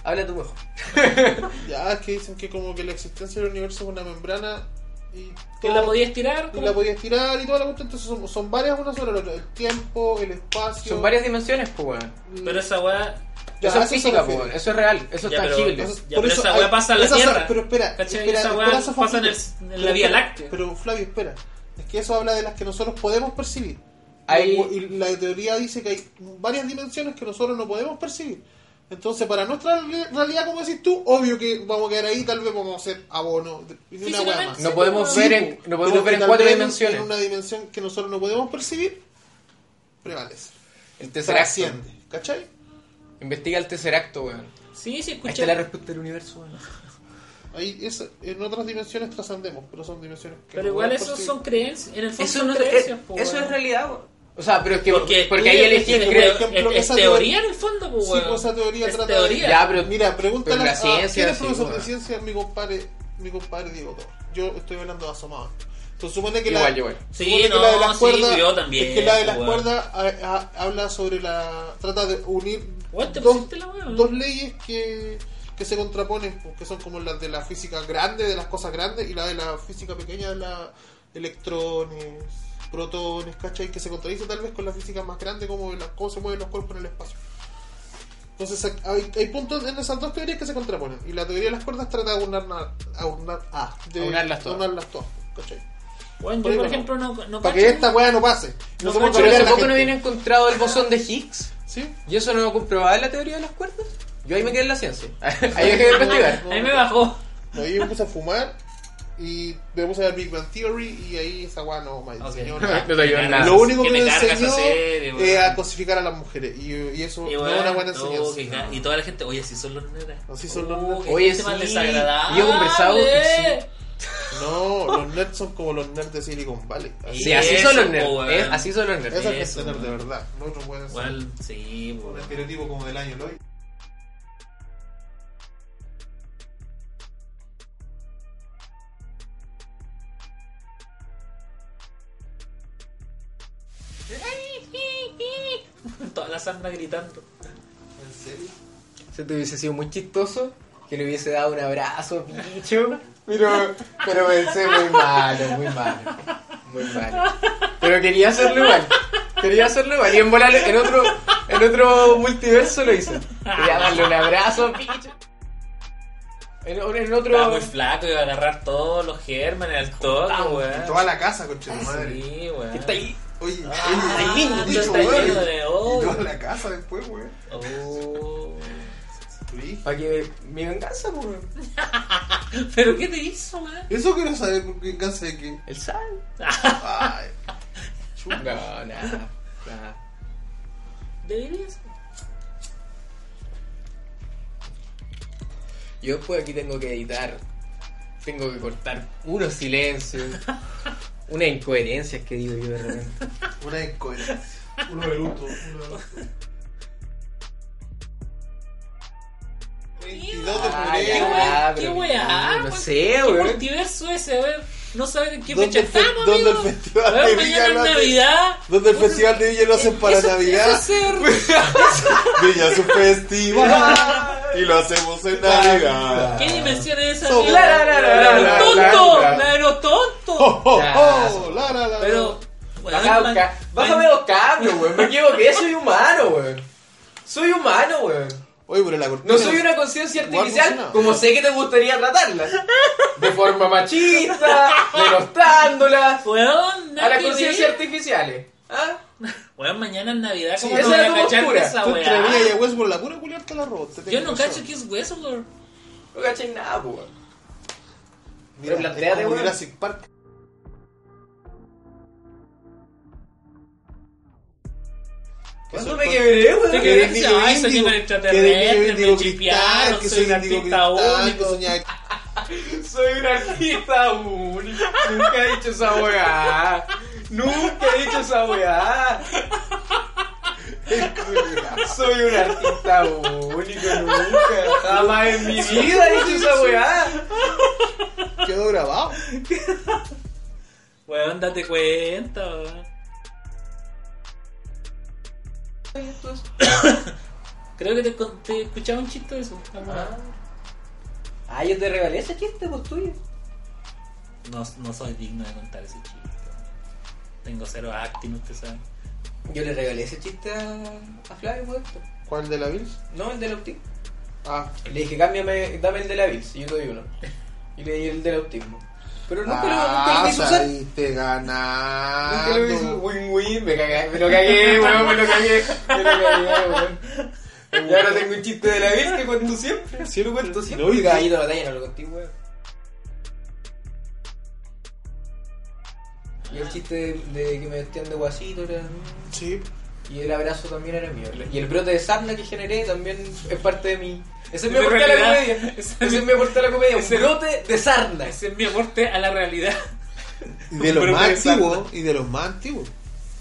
Habla tú mejor.
Ya, es que dicen que como que la existencia del universo es una membrana y
que
todo-
la podías tirar.
y
como-
la podías tirar y toda la cuestión. Entonces son, son varias una sola, el tiempo, el espacio.
Son varias dimensiones, pues, weón.
Pero esa weá.
Ya,
eso
a
es
se
física, pues,
refiere.
weón. Eso es real, eso
Ya,
es
pero-
tangible.
Entonces,
Ya, pero esa
hay-
weá pasa en la
esa-
Tierra.
Pero espera,
¿Cachai?
espera,
Esa weá
espera, esa
pasa en el-
fotito.
en la
Pero
Vía
espera,
Láctea.
Pero Flavio, espera. Es que eso habla de las que nosotros podemos percibir.
Hay-
Y la teoría dice que hay varias dimensiones que nosotros no podemos percibir. Entonces, para nuestra re- realidad, como decís tú, obvio que vamos a quedar ahí, tal vez vamos a ser abono de una
Físicamente,
weá más.
No
Sí, pues.
podemos
pero-
ver
Sí,
en,
po,
no
pero
podemos
que
ver en
tal
cuatro
vez
dimensiones.
En una dimensión que nosotros no podemos percibir, prevalece.
El Tesseract.
Trasciende, ¿cachai?
Investiga el Tesseracto, weón.
Sí, sí,
Ahí
escuché.
está la respuesta del universo, weón.
Ahí es- en otras dimensiones trascendemos, pero son dimensiones que
Pero
no
igual
podemos
eso
percibir.
son creencias. En el fondo
Eso,
son
no-
creencias,
eh,
po,
eso es
weón.
realidad, weón. O sea, pero es que
Porque,
porque, ahí
estudia-
elegí
es-
el
es-
creo.
por ejemplo,
es, es
esa
teoría en el fondo, po,
Sí,
weón.
pues, esa teoría
es
trata de-
teoría.
Ya, pero
Mira, pregúntale
Pero la
a-
ciencia,
¿quién es
sí,
profesor
bueno.
de ciencia? Mi compadre, mi compadre Diego Torres. Yo estoy hablando de asomado. Entonces supone que
Igual,
la,
igual.
supone
Sí,
que
no,
la de las
sí,
cuerdas,
yo también,
es que la de las
weón.
cuerdas ha- ha- habla sobre la trata de unir
Weón, te
dos,
pusiste la weón.
dos leyes que, que se contraponen, pues, que son como las de la física grande, de las cosas grandes y la de la física pequeña de la electrones, protones, ¿cachai? Que se contradice tal vez con la física más grande como de las cómo se mueven los cuerpos en el espacio. Entonces hay, hay puntos en esas dos teorías que se contraponen. Y la teoría de las cuerdas trata de aunar, na- aunar- ah, de
Aunarlas todas.
aunarlas todas, ¿cachai?
Weón,
Pero
yo, por
no.
ejemplo, no, no
Para
cacho-
que esta weá no pase.
No,
somos
pero
Pero
chorear a
hace
la
poco no
gente.
habían encontrado el bosón de Higgs.
¿Sí?
¿Y eso no comprobaba la teoría de las cuerdas? Yo ahí me quedé en la ciencia. ahí dejé de investigar.
A mí me bajó.
Ahí me puse a fumar y me puse a ver Big Bang Theory y ahí esa weá no me
Ok.
enseñó
No
nada.
te ayudó en nada.
Lo único
Que
que
me
me
carga esa
enseñó
serie, weón.
es a cosificar a las mujeres y, y eso
Y,
no
weón,
es una buena
no,
enseñanza.
que ca- y toda la gente, oye, así son los nenas.
Así son los
Oh,
nenas.
qué
Oye,
gente más
sí.
desagradable.
Yo he conversado y
No, los nerds son como los nerds de Silicon Valley. Así.
Sí, así son los nerds.
Eso, weón.
eh, así son los nerds.
Esa es
eso,
nerd de
weón.
verdad. No otro puede ser
Igual, sí,
un
weón.
estereotipo como del año Lloyd.
Toda la sanda gritando.
¿En serio?
Si te hubiese sido muy chistoso, que le hubiese dado un abrazo, bicho. Pero, pero pensé muy malo, muy malo. Muy malo. Pero quería hacerlo igual. Quería hacerlo igual. Y en, volar, en, otro, en otro multiverso lo hice. Quería darle un abrazo, bicho. En, en
Estaba
otro.
Ah, muy flaco, iba a agarrar todos los gérmenes al toque,
En
weón.
toda la casa, conche
Ah,
tu madre.
Sí, weón.
Está ahí.
Oye,
Ah,
oye, lindo,
esto
bicho,
está
weón.
lleno de
En
odio.
toda la casa después, weón.
Oh.
Sí.
Para que mi venganza, pues. weón.
¿Pero qué te hizo, weón?
Eso quiero saber por qué cansa de qué.
El sal.
Ay,
No, nada. nada.
¿Deberías?
Yo después aquí tengo que editar, tengo que cortar unos silencios, unas incoherencias que digo yo de repente.
una incoherencia. Uno del otro. 22 de
Ah,
Ay,
febrero.
weá,
pero
qué
mi-
weá,
No
weón.
sé,
¿Qué
weón.
multiverso ese, a ver? No saber en qué
¿Dónde
fecha
el fe-
estamos,
dónde
amigo.
el festival
A ver,
de
mañana
Villa
es
lo hace?
Navidad.
Donde el
Puta,
festival de Villa lo hacen para
eso-
Navidad.
eso es ser-
Villa es un festival. Y lo hacemos en Navidad.
¿Qué dimensión es esa?
So-
amigo?
La, la, la, la,
¡La de
la,
los
la,
tontos!
la.
¡La de los tontos!
Oh, oh,
Ya.
oh, la, la, la.
Pero, weón,
Baja los
man-
ca- Bájame los cables, weón. Me equivoqué, soy humano, weón. Soy humano, weón.
Oye, pero la cortina.
No soy una conciencia
Igual
artificial
funciona.
como sé que te gustaría tratarla. De forma machista, denostándola.
Weón, nada
A las
que ver.
conciencias artificiales. ¿Ah?
Weón, mañana es Navidad,
Sí,
¿cómo no
esa
voy
es
a
tu
cachar
postura.
esa
Tú entrarías
weá?
y a Westworld Pues la pura culiarte la robot.
Yo no cacho que es Westworld.
No caché nada, po, weón. Pero
Mira, es
plantéate,
como
weón.
Jurassic Park.
¿Cuándo me quebré, weón?
Te
que
quedé
eres niño
ay, soy
índigo,
un
que eres niño
extraterrestre, me
índigo cristal,
chipearon,
que
soy
soy
un
índigo
artista
cristal, que
único.
soñaba-
Soy un artista único. Nunca he dicho esa weá. Nunca he dicho esa weá. Soy un artista único, nunca. Jamás en mi vida he dicho esa weá.
Quedó grabado.
Weón, date cuenta, weón. Creo que te, con- te escuchaba un chiste de eso.
Ah. Ah, yo te regalé ese chiste, pues tuyo.
No, no soy digno de contar ese chiste. Tengo cero acting, usted sabe.
Yo le regalé ese chiste a, a Flavio por esto.
¿Cuál de la Bills?
No, el de autismo.
Ah,
Le dije, cámbiame, dame el de la Bills, y yo te doy uno. Y le di el del autismo. Pero nunca lo nunca lo
ah
hice usar.
saliste
Nunca lo hice
ganando.
win-win, me cagué, me lo cagué, weón, me lo cagué, me lo cagué, weón.
El
Y ahora tengo un chiste de la vez que cuento siempre. Si lo cuento siempre.
No, y-
caballito de batalla no lo conté, weón. Y el chiste de, de que me vestían de guasito era.
Sí.
Y el abrazo también era mío. Y el brote de sarna que generé también es parte de mí. Ese es mi
De
aporte a la
realidad.
comedia.
Ese-
Ese es mi aporte a la comedia. Un
ese-
brote de sarna.
Ese es mi aporte a la realidad.
De los
Pero
más
puede ser.
antiguos y de los más antiguos.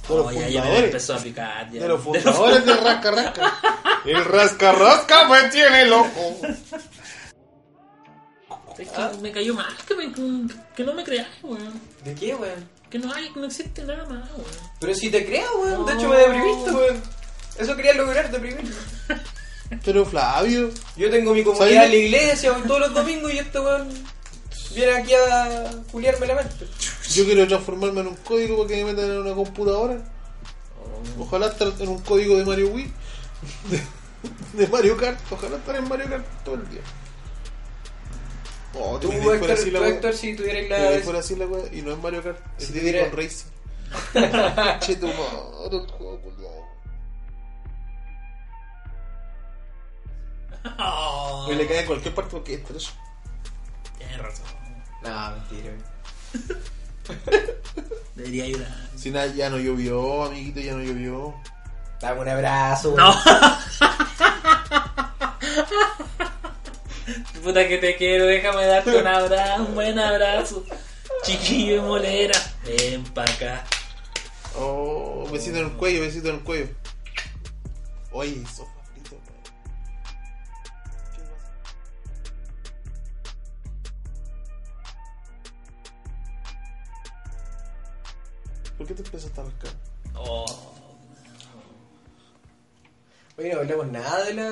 De los
Oh, ya, ya me
fundadores.
empezó a picar. Ya.
De los fundadores del Rasca Rasca. El Rasca Rasca me tiene loco.
Es que me cayó mal que, me, que no me creáis, weón.
¿De qué, weón?
Que no hay, no existe nada más, weón.
Pero si te creo, weón. De hecho me deprimiste, weón. Eso quería lograr, deprimirme.
Pero Flavio.
Yo tengo mi
¿Sabía?
comunidad en la iglesia voy todos los domingos y este weón viene aquí a culiarme la mente.
Yo quiero transformarme en un código para que me metan en una computadora. Ojalá estar en un código de Mario Wii. De, de Mario Kart. Ojalá estar en Mario Kart todo el día. Oh,
Tú,
te fuera
Héctor,
así la
tú,
wea.
Héctor, si tuvieras
Te
la...
fuera así la wea. Y no es Mario Kart. Es
Si
Diddy
tuviera-
con Racing. Che, tu madre, el juego culiao.
Oh,
Y le cae en cualquier parte porque es tres.
tienes razón.
No, mentira. weón.
Debería ayudar.
Si nada, ya no llovió, amiguito, ya no llovió.
Dame un abrazo, weón.
No. Puta que te quiero, déjame darte un abrazo, un buen abrazo. Chiquillo y molera, ven pa' acá.
Oh, besito en el cuello, besito en el cuello. Oye, eso frito, weón. ¿Qué pasa? ¿Por qué te empezaste a rascar?
Oh,
Oye, no hablamos nada de la...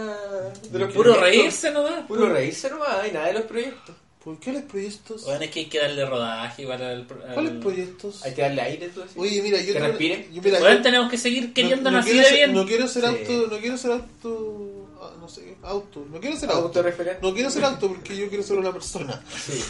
De los
puro
proyectos.
reírse no da.
Puro reírse nomás, y nada de los proyectos.
¿Por qué los proyectos?
Bueno, es que hay que darle rodaje igual al. pro- al-
¿Cuáles proyectos?
Hay que darle aire, tú así.
Oye, mira, yo
¿Que
tengo-
respire?
Yo, mira,
Bueno,
yo-
tenemos que seguir queriéndonos así
quiero
de
ser-
bien.
No quiero ser
Sí.
auto, no quiero ser auto, ah, no sé, auto, no quiero ser auto.
Autorreferente.
No quiero ser auto porque yo quiero ser una persona.
Sí.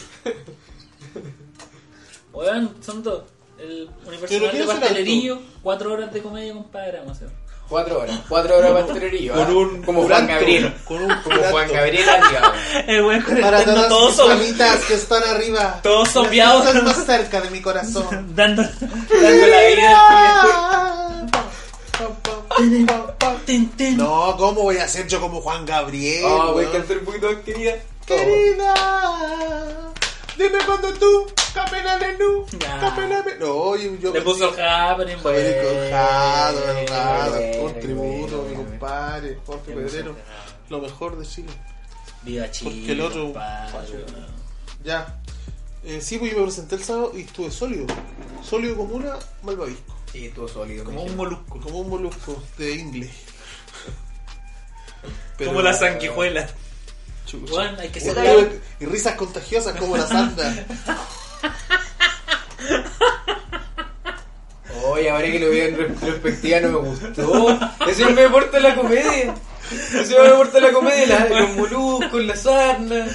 Weón, son dos. El
Pero
Universidad de
quiero ser
Pastelerillo, cuatro horas de comedia, compadre, vamos a hacer.
Cuatro horas. Cuatro horas de pastelería.
Con un
ah, Como Juan
curanto,
Gabriel.
con un
Como Juan
curanto.
Gabriel Arriaga.
El weón con el
Para
terno
todas
todo
las
so-
palomitas que están arriba.
Todos
Las que
sopeados.
Están más cerca de mi corazón.
dando, dando la vida.
Ah. Pam, pam, pam, pam.
Tin, tin.
No, ¿cómo voy a ser yo como Juan Gabriel?
Oh, güey,
weón?
cantar un poquito más querida.
Querida, dime cuando tú, capela de nu,
Ya.
capela de... No, oye, yo
Le puso el happening,
Oye,
weón.
Conjado, honrado,
bueno,
un tributo,
bueno,
mi
bueno.
compadre, Jorge
Qué
Pedrero.
emocionado.
Lo mejor de Chile.
Viva Chile.
Porque el otro-
compadre,
Ya. Eh, sí, pues yo me presenté el sábado y estuve sólido. Sólido como una malvavisco.
Sí, estuvo sólido.
Como
me
un molusco.
Como un molusco de inglés. Pero-
Como la sanguijuela.
Chucha.
Weón, hay que
Y-
sacar.
Y risas contagiosas como la sanda.
Oye, ahora que lo veo en retrospectiva no me gustó. Eso no me aporta la comedia. Eso no me aporta la comedia. La, los moluscos, la sarna,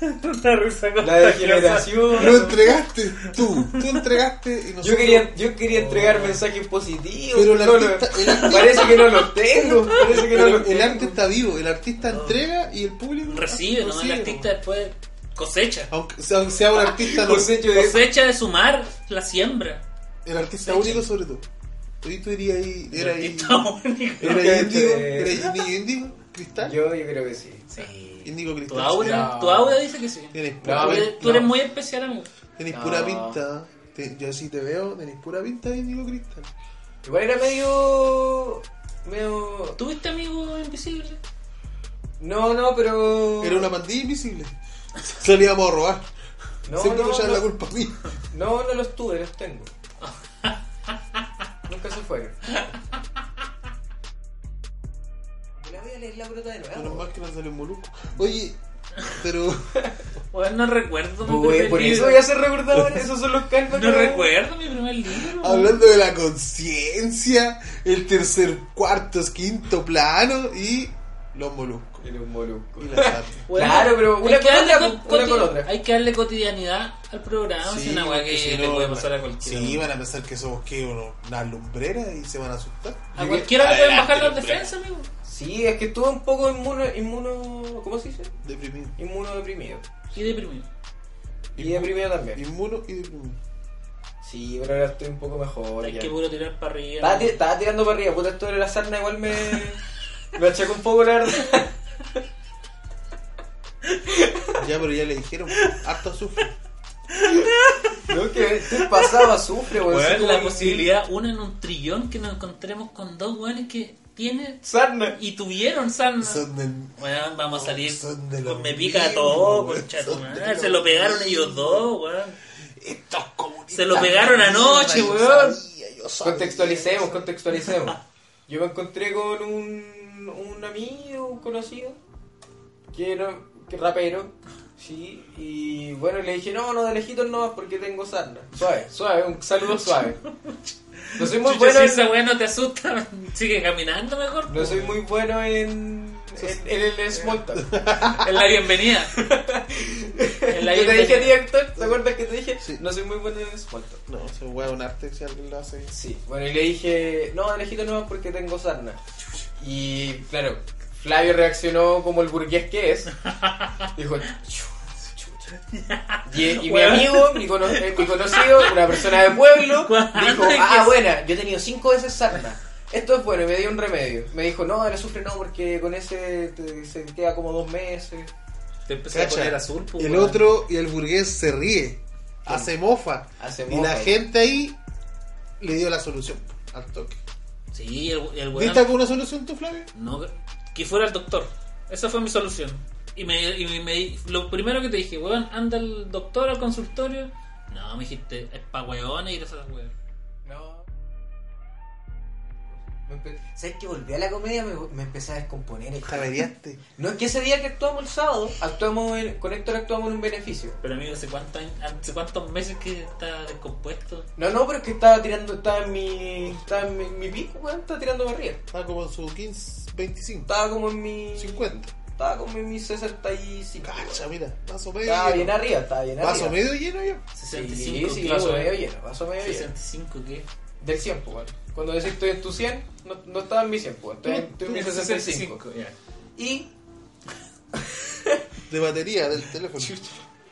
Una risa
la
contagiosa.
Lo
degeneración.
entregaste tú. Tú entregaste y nosotros...
Yo quería, yo quería entregar mensajes positivos.
Pero el
no lo-
artista- el artista-
parece que no los tengo. Parece que no
Pero
los
el
tengo.
arte está vivo. El artista entrega y el público...
Recibe, ¿no? El artista después cosecha.
Aunque sea, aunque sea un artista... no-
cosecho de
Cosecha de sumar la siembra.
El artista
Sí,
único sobre todo. Hoy tú dirías ahí, era ahí,
Está bonito.
era
Sí.
índigo, era índigo, índigo, cristal,
Yo, yo creo que sí.
Sí.
índigo
Tu
cristal.
aura,
No.
tu aura dice que sí.
Tienes
No,
pura,
a
tú
ver,
eres, tú eres
no.
muy especial, amigo.
tenés pura
No.
pinta. Te- yo sí te veo, tenés pura pinta de índigo cristal.
Igual era medio. medio.
¿Tuviste amigo invisible?
No, no, pero.
Era una pandilla invisible. Salíamos a robar.
No,
Siempre
no,
me echaban
no.
la culpa a mí.
No, no los tuve, los tengo. Nunca se fueron. Te La voy a leer la brota de
Menos
nuevo.
mal que no salió un molusco. Oye, pero.
Bueno, no recuerdo mi
Uy,
primer
por eso
libro.
voy a ser recordador, esos son los calvos.
No recuerdo mi primer libro.
Hablando de la conciencia, el tercer, cuarto, quinto plano y los moluscos.
Era un molusco.
Y las artes.
Bueno,
Claro, pero
hay
una
que
con
darle
otra,
co-
una con
coti-
otra.
Hay que darle cotidianidad al programa. Ah, es una weá
porque
que
si
le
no,
puede pasar a
Sí,
cualquiera.
van a pensar que somos que uno, una lumbrera y se van a asustar.
a cualquiera le pueden bajar las defensas, amigo.
Sí, es que estuve un poco inmuno, inmuno ¿cómo se dice?
Deprimido.
Inmunodeprimido.
Y deprimido.
Y deprimido también.
Inmuno y deprimido.
Sí, pero ahora estoy un poco mejor.
Es
ya.
que puro tirar para arriba.
Estaba, ti- estaba tirando para arriba, puta, esto de la sarna igual me. me achacó un poco la verdad.
Ya, pero ya le dijeron, harto azufre.
No, que estoy pasado a sufre,
pues,
weón.
Weón,
Soy como
la
un-
posibilidad, una en un trillón, que nos encontremos con dos weones que tienen
Sarna.
y tuvieron sarna.
Son del-
Weón, vamos a salir.
Son de lo
Pues me pica
mismo,
todo,
weón,
concha tu
son de
madre.
lo
Se lo pegaron
mismo.
ellos dos, weón.
Estos comunistas.
Se lo pegaron anoche,
Yo
weón.
sabía, yo sabía.
Contextualicemos, contextualicemos. Yo me encontré con un, un amigo, un conocido, que era que rapero, sí, y bueno, le dije, no, no, de lejitos no, porque tengo sarna. Suave, suave, un saludo suave. No soy muy
Chucha,
bueno
si
en-
esa weá no te asusta, sigue caminando mejor. pues,
No soy muy bueno en, en, en el small talk.
En la bienvenida. En la
Yo te dije a ti,
bienvenida.
Héctor, ¿te acuerdas que te dije?
Sí.
No soy muy bueno en el small talk.
No, ese weón es un arte si alguien lo hace.
Sí, bueno, y le dije, no, de lejito no, porque tengo sarna. Y claro, Flavio reaccionó como el burgués que es. Dijo, "Chu- chucha". Y, y mi
Weón.
amigo, mi, cono- eh, mi conocido, una persona de pueblo,
Weón,
dijo,
¿qué
ah,
es?
buena, yo he tenido cinco veces sarna. Esto es bueno, y me dio un remedio. Me dijo, no, ahora sufre no, porque con ese te- se queda como dos meses.
Te empecé a
Cacha,
poner azul, pues,
el
weón.
otro y el burgués se ríe, hace mofa.
Hace
Y la
mofa.
gente ahí le dio la solución al toque.
Sí, el, el weón.
¿Viste alguna solución tú, Flavio?
No, que fuera el doctor. Esa fue mi solución. Y me, y me- me- lo primero que te dije, weón, anda al doctor al consultorio. No, me dijiste, es pa' weones ir a esas weón.
No. Me empe- ¿Sabes que volví a la comedia? Me, me empecé a descomponer.
Javeriaste.
No, es que ese día que actuamos el sábado, actuamos en- con Héctor actuamos en un beneficio.
Pero amigo, ¿hace cuántos, años- hace cuántos meses que está descompuesto?
No, no, pero es que estaba tirando, estaba en mi. Estaba en mi, mi pico, weón, estaba tirando para arriba.
Estaba como en su 15, 25,
Estaba como en mi.
50.
Estaba como en mi 65.
Cacha,
weón.
mira, vaso medio
Estaba bien
lleno.
arriba, estaba bien arriba.
Vaso medio lleno ya.
Sí,
65
sí,
qué,
vaso
weón?
medio lleno, vaso medio lleno.
65 qué?
Del 100, pues, weón. Cuando decís estoy en tu 100, no, no estaba en mi 100, pues, estoy, en- estoy en mi 65.
ya.
Y.
De batería del teléfono.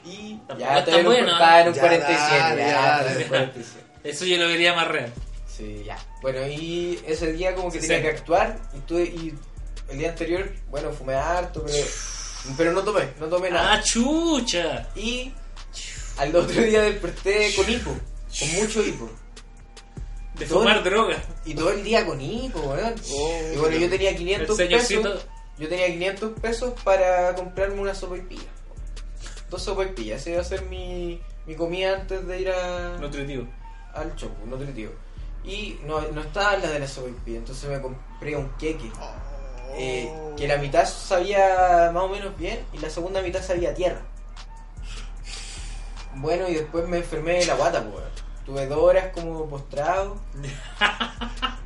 Y.
Tampoco
Ya, estaba
es
en
tan
un,
bueno, ¿eh?
estaba en un
Ya,
47.
dale,
Ya,
dale.
estaba en un 47.
Eso yo lo vería más real.
Sí, ya. Bueno, y ese día como que tenía que
60.
actuar y, tuve, y el día anterior, bueno, fumé harto, pero, pero no tomé, no tomé
¡Ah,
nada.
chucha!
Y al otro día desperté con hipo, con mucho hipo.
De
Todo-
fumar droga.
Y todo el día con hipo, weón.
Oh,
y bueno, yo tenía 500
El
pesos.
señorcito.
Yo tenía 500 pesos para comprarme una sopa y pilla. Dos sopas y pilla, esa iba a ser mi, mi comida antes de ir a...
Nutritivo.
al choco, nutritivo. Y no, no estaba la de la sopa y pilla, entonces me compré un queque. eh,
Oh.
que la mitad sabía más o menos bien y la segunda mitad sabía a tierra. Bueno, y después me enfermé de la guata, pues. weón. Tuve dos horas como postrado.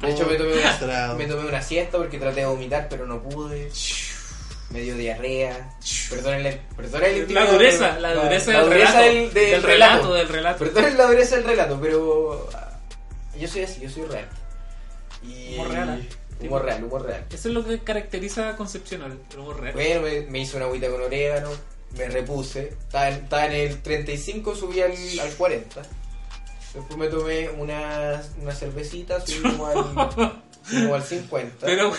De hecho, me tomé, una,
Postrado.
me tomé una siesta porque traté de vomitar, pero no pude. Me dio diarrea. Perdonen la, perdonen el
La
intimidad,
dureza,
pero-
la dureza,
la
del,
dureza
relato,
del, del
relato,
relato.
Del relato.
Perdonen Ah, la dureza del relato, pero. ah, Yo soy así, yo soy real. Y,
Humor real, ¿eh?
Humor real, humor real.
Eso es lo que caracteriza a Concepcional, el humor real.
Bueno, me, me hice una agüita con orégano, me repuse. Estaba en, estaba en el 35, subí al, al 40. Después me tomé una, una cervecita, subí como al, subí como al 50.
Pero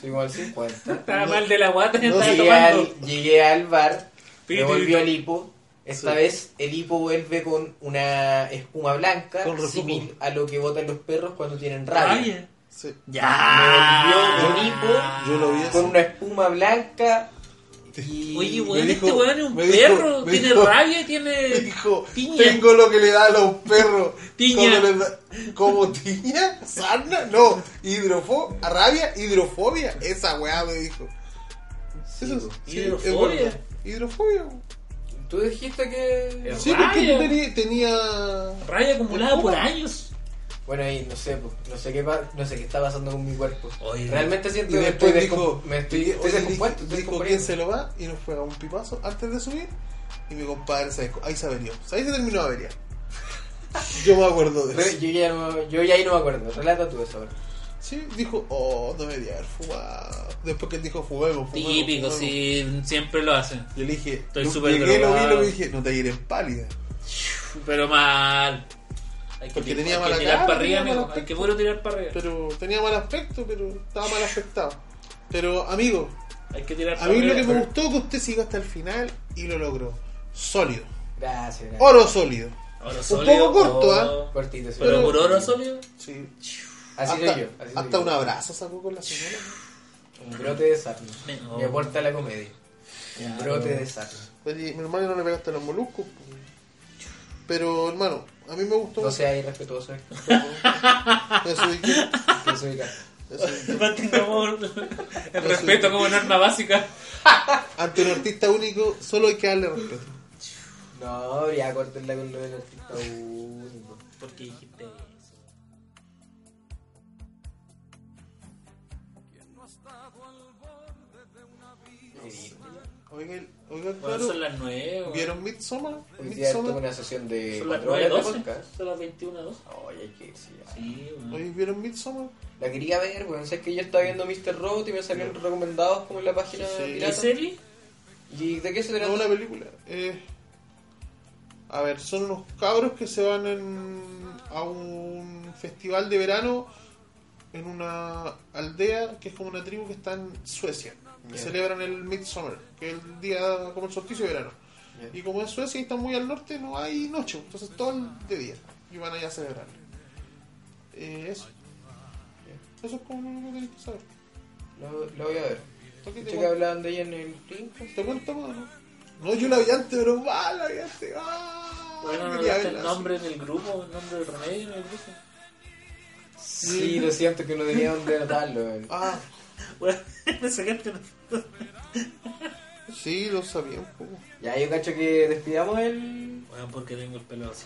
subí como al 50.
estaba
No,
mal de la guata y
no
estaba
Llegué
tomando.
al, llegué al bar, me
Pi,
volvió
pi,
el hipo. Esta
Sí.
vez el hipo vuelve con una espuma blanca,
Con reflujo.
similar a lo que botan los perros cuando tienen rabia.
Rabia.
Sí. eh.
Ya.
Me volvió bonito.
Ah. Yo lo vi así.
Con una espuma blanca y...
Oye,
Me
weón, este
dijo-
weón es un
me dijo-
perro.
me
tiene
dijo-
rabia y tiene.
Dijo,
Piña.
tengo lo que le da a los perros.
Piña.
Como, le da- como tiña, sarna, no. Hidrofo, rabia, hidrofobia. Esa weá me dijo. Eso es- sí, pues, es
Hidrofobia.
verdad. hidrofobia. weón.
Tú dijiste que...
Es
Sí, porque
Rabia.
yo tenía, tenía-
Rabia acumulada por
Opa.
años.
Bueno, ahí no sé, po, no sé qué pa- no sé qué está pasando con mi cuerpo.
Oye.
Realmente
Y
siento que
después
estoy
dijo,
descom- me estoy, estoy
oye,
descompuesto.
dijo,
estoy
dijo,
descomponiendo.
¿quién se lo va? Y nos fue a un pipazo antes de subir. Y mi compadre se desco- Ahí se averió. Ahí se terminó de averiar. Yo me acuerdo de
Re-
eso.
Yo ya, no, yo ya ahí no me acuerdo. Relata tú eso ahora.
Sí, dijo, oh, no debería haber fumado. Después que él dijo, fumemos, fumemos.
Típico,
fumemos".
sí, siempre lo hacen.
Yo le dije,
Estoy
lo-
súper
llegué, lo vi,
drogado.
lo vi, dije, no te iré en pálida.
Pero mal. Hay que,
Porque
tirar-
tenía
hay que
mala
tirar
cara,
para arriba,
tenía
amigo.
mal
Hay que
aspecto.
puro tirar para arriba.
Pero tenía mal aspecto, pero estaba mal afectado. Pero, amigo,
Hay que tirar
a
para
mí
arriba.
lo que me gustó que usted siga hasta el final y lo logró. Sólido.
Gracias, gracias.
Oro sólido.
Oro
poco corto, ¿ah?
o-
Cortito, sí.
Pero por oro sólido.
Sí.
Así
hasta
soy yo. Así soy
hasta
yo.
un abrazo sacó con la señora.
Un brote de sapio.
Me-
Me aporta la comedia. Un brote de sapio.
Oye, mi hermano no le pegaste a los moluscos. pues. Pero, hermano, a mí me gustó.
No seas irrespetuoso, Héctor.
Eso dije.
que soy gato.
Eso dije.
Mantengamos el respeto como norma básica.
Ante un artista único, solo hay que darle respeto.
No, ya cortenla con lo del artista único.
Porque dijiste eso.
Oigan, oigan,
Bueno, son
claro.
las 9. o-
¿Vieron Midsommar?
Hoy día tuve
Midsommar.
una sesión de
Son las
4 horas de
9.12.
podcast.
Son las 21.12.
Oye, hay que irse ya.
Sí, bueno.
¿Hoy vieron Midsommar?
La quería ver, weón. Sé que yo estaba viendo Mr. Robot y me salieron recomendados como en la página
Sí.
¿Y
pirata.
serie?
¿Y de qué se
No,
trata?
una película. Eh, a ver, son unos cabros que se van en- a un festival de verano en una aldea que es como una tribu que está en Suecia. Que
Ya.
celebran el Midsummer, que es el día como el solsticio de verano.
Ya.
Y como en Suecia y están muy al norte, no hay noche, entonces todo el de día. Y van allá a celebrar. Eh, eso. Eso es como lo que tenés que saber.
Lo, lo voy a ver.
¿Tú
¿Viste
qué te
que
cuentas?
hablaban de ella en el Dreamcast?
¿Te cuento, mano? No, yo la vi antes, pero mal la vi antes. Ah,
Bueno, no
quería
daste el
verla,
nombre del grupo, el nombre del remedio en el grupo.
Sí, lo siento que no tenía dónde anotarlo, weón.
sí. Ah,
Bueno, me sacaste una-
sí, lo sabía un poco.
Ya, yo cacho que despidamos el...
Bueno, porque tengo el pelo así.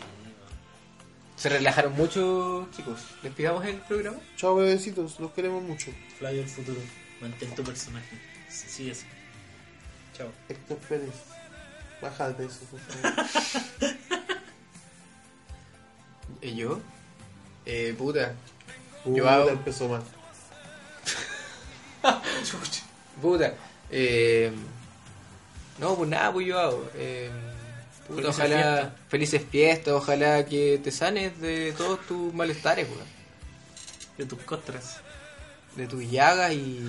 Se relajaron mucho, chicos. ¿Despidamos el programa?
Chao, bebecitos, los queremos mucho.
Flavio del futuro. Mantén tu personaje. Sigue así. Chao.
Héctor Pérez, baja de eso, por favor.
¿Y yo? Eh, puta.
Puta,
hago-
empezó mal.
Puta. Eh, no, pues nada, pues yo hago. Eh, puta,
Felices
ojalá.
fiestas.
Felices fiestas, ojalá que te sanes de todos tus malestares, weón.
De tus costras.
De tus llagas y.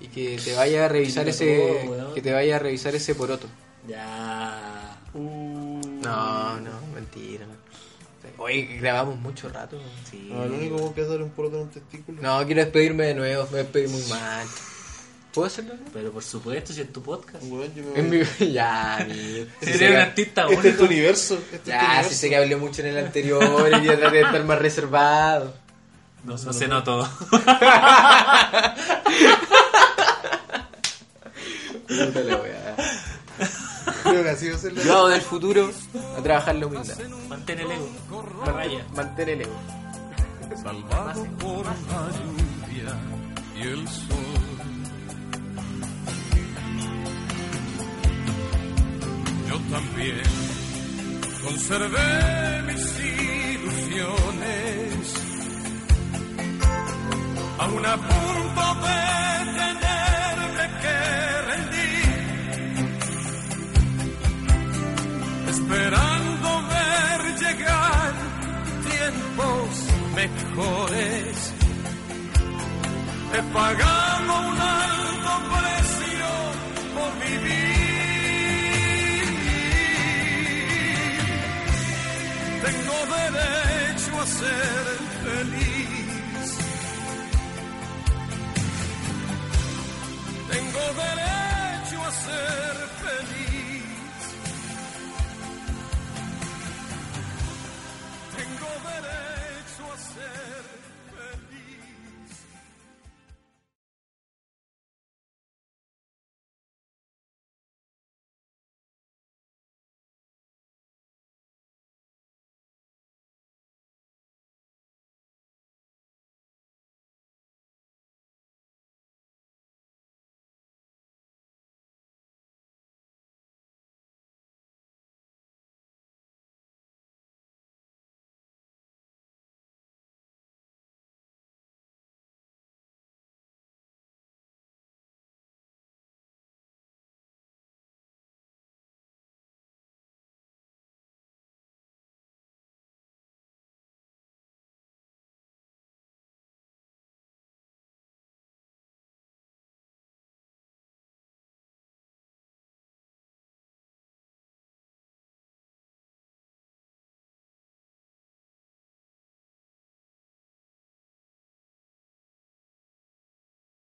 Y que te vaya a revisar
Qué
ese.
todo, weón.
que te vaya a revisar ese poroto.
Ya. Uh,
No, no, mentira. no. Hoy grabamos mucho rato. weón.
Sí.
No, lo único que es darle un poroto en un testículo.
No, quiero despedirme de nuevo, me voy a despedir muy mal. ¿Puedo hacerlo?
Pero por supuesto, si es tu podcast.
Weón, yo me voy.
En mi... Ya, amigo. Si
Eres
se
un
ca-
artista
Este es tu
único.
universo. Este es tu
Ya,
universo.
sí sé que hablé mucho en el anterior y ya traté de estar más reservado.
No, no se notó.
Puta la weá.
Creo que así va a ser la-
Yo hago del futuro a trabajar la humildad.
Mantén el ego. La raya.
Mantén el ego.
salvado por la lluvia y el sol. Yo también conservé mis ilusiones a una punto de tenerme que rendir, esperando ver llegar tiempos mejores. He pagado un alto precio por vivir. Tengo derecho a ser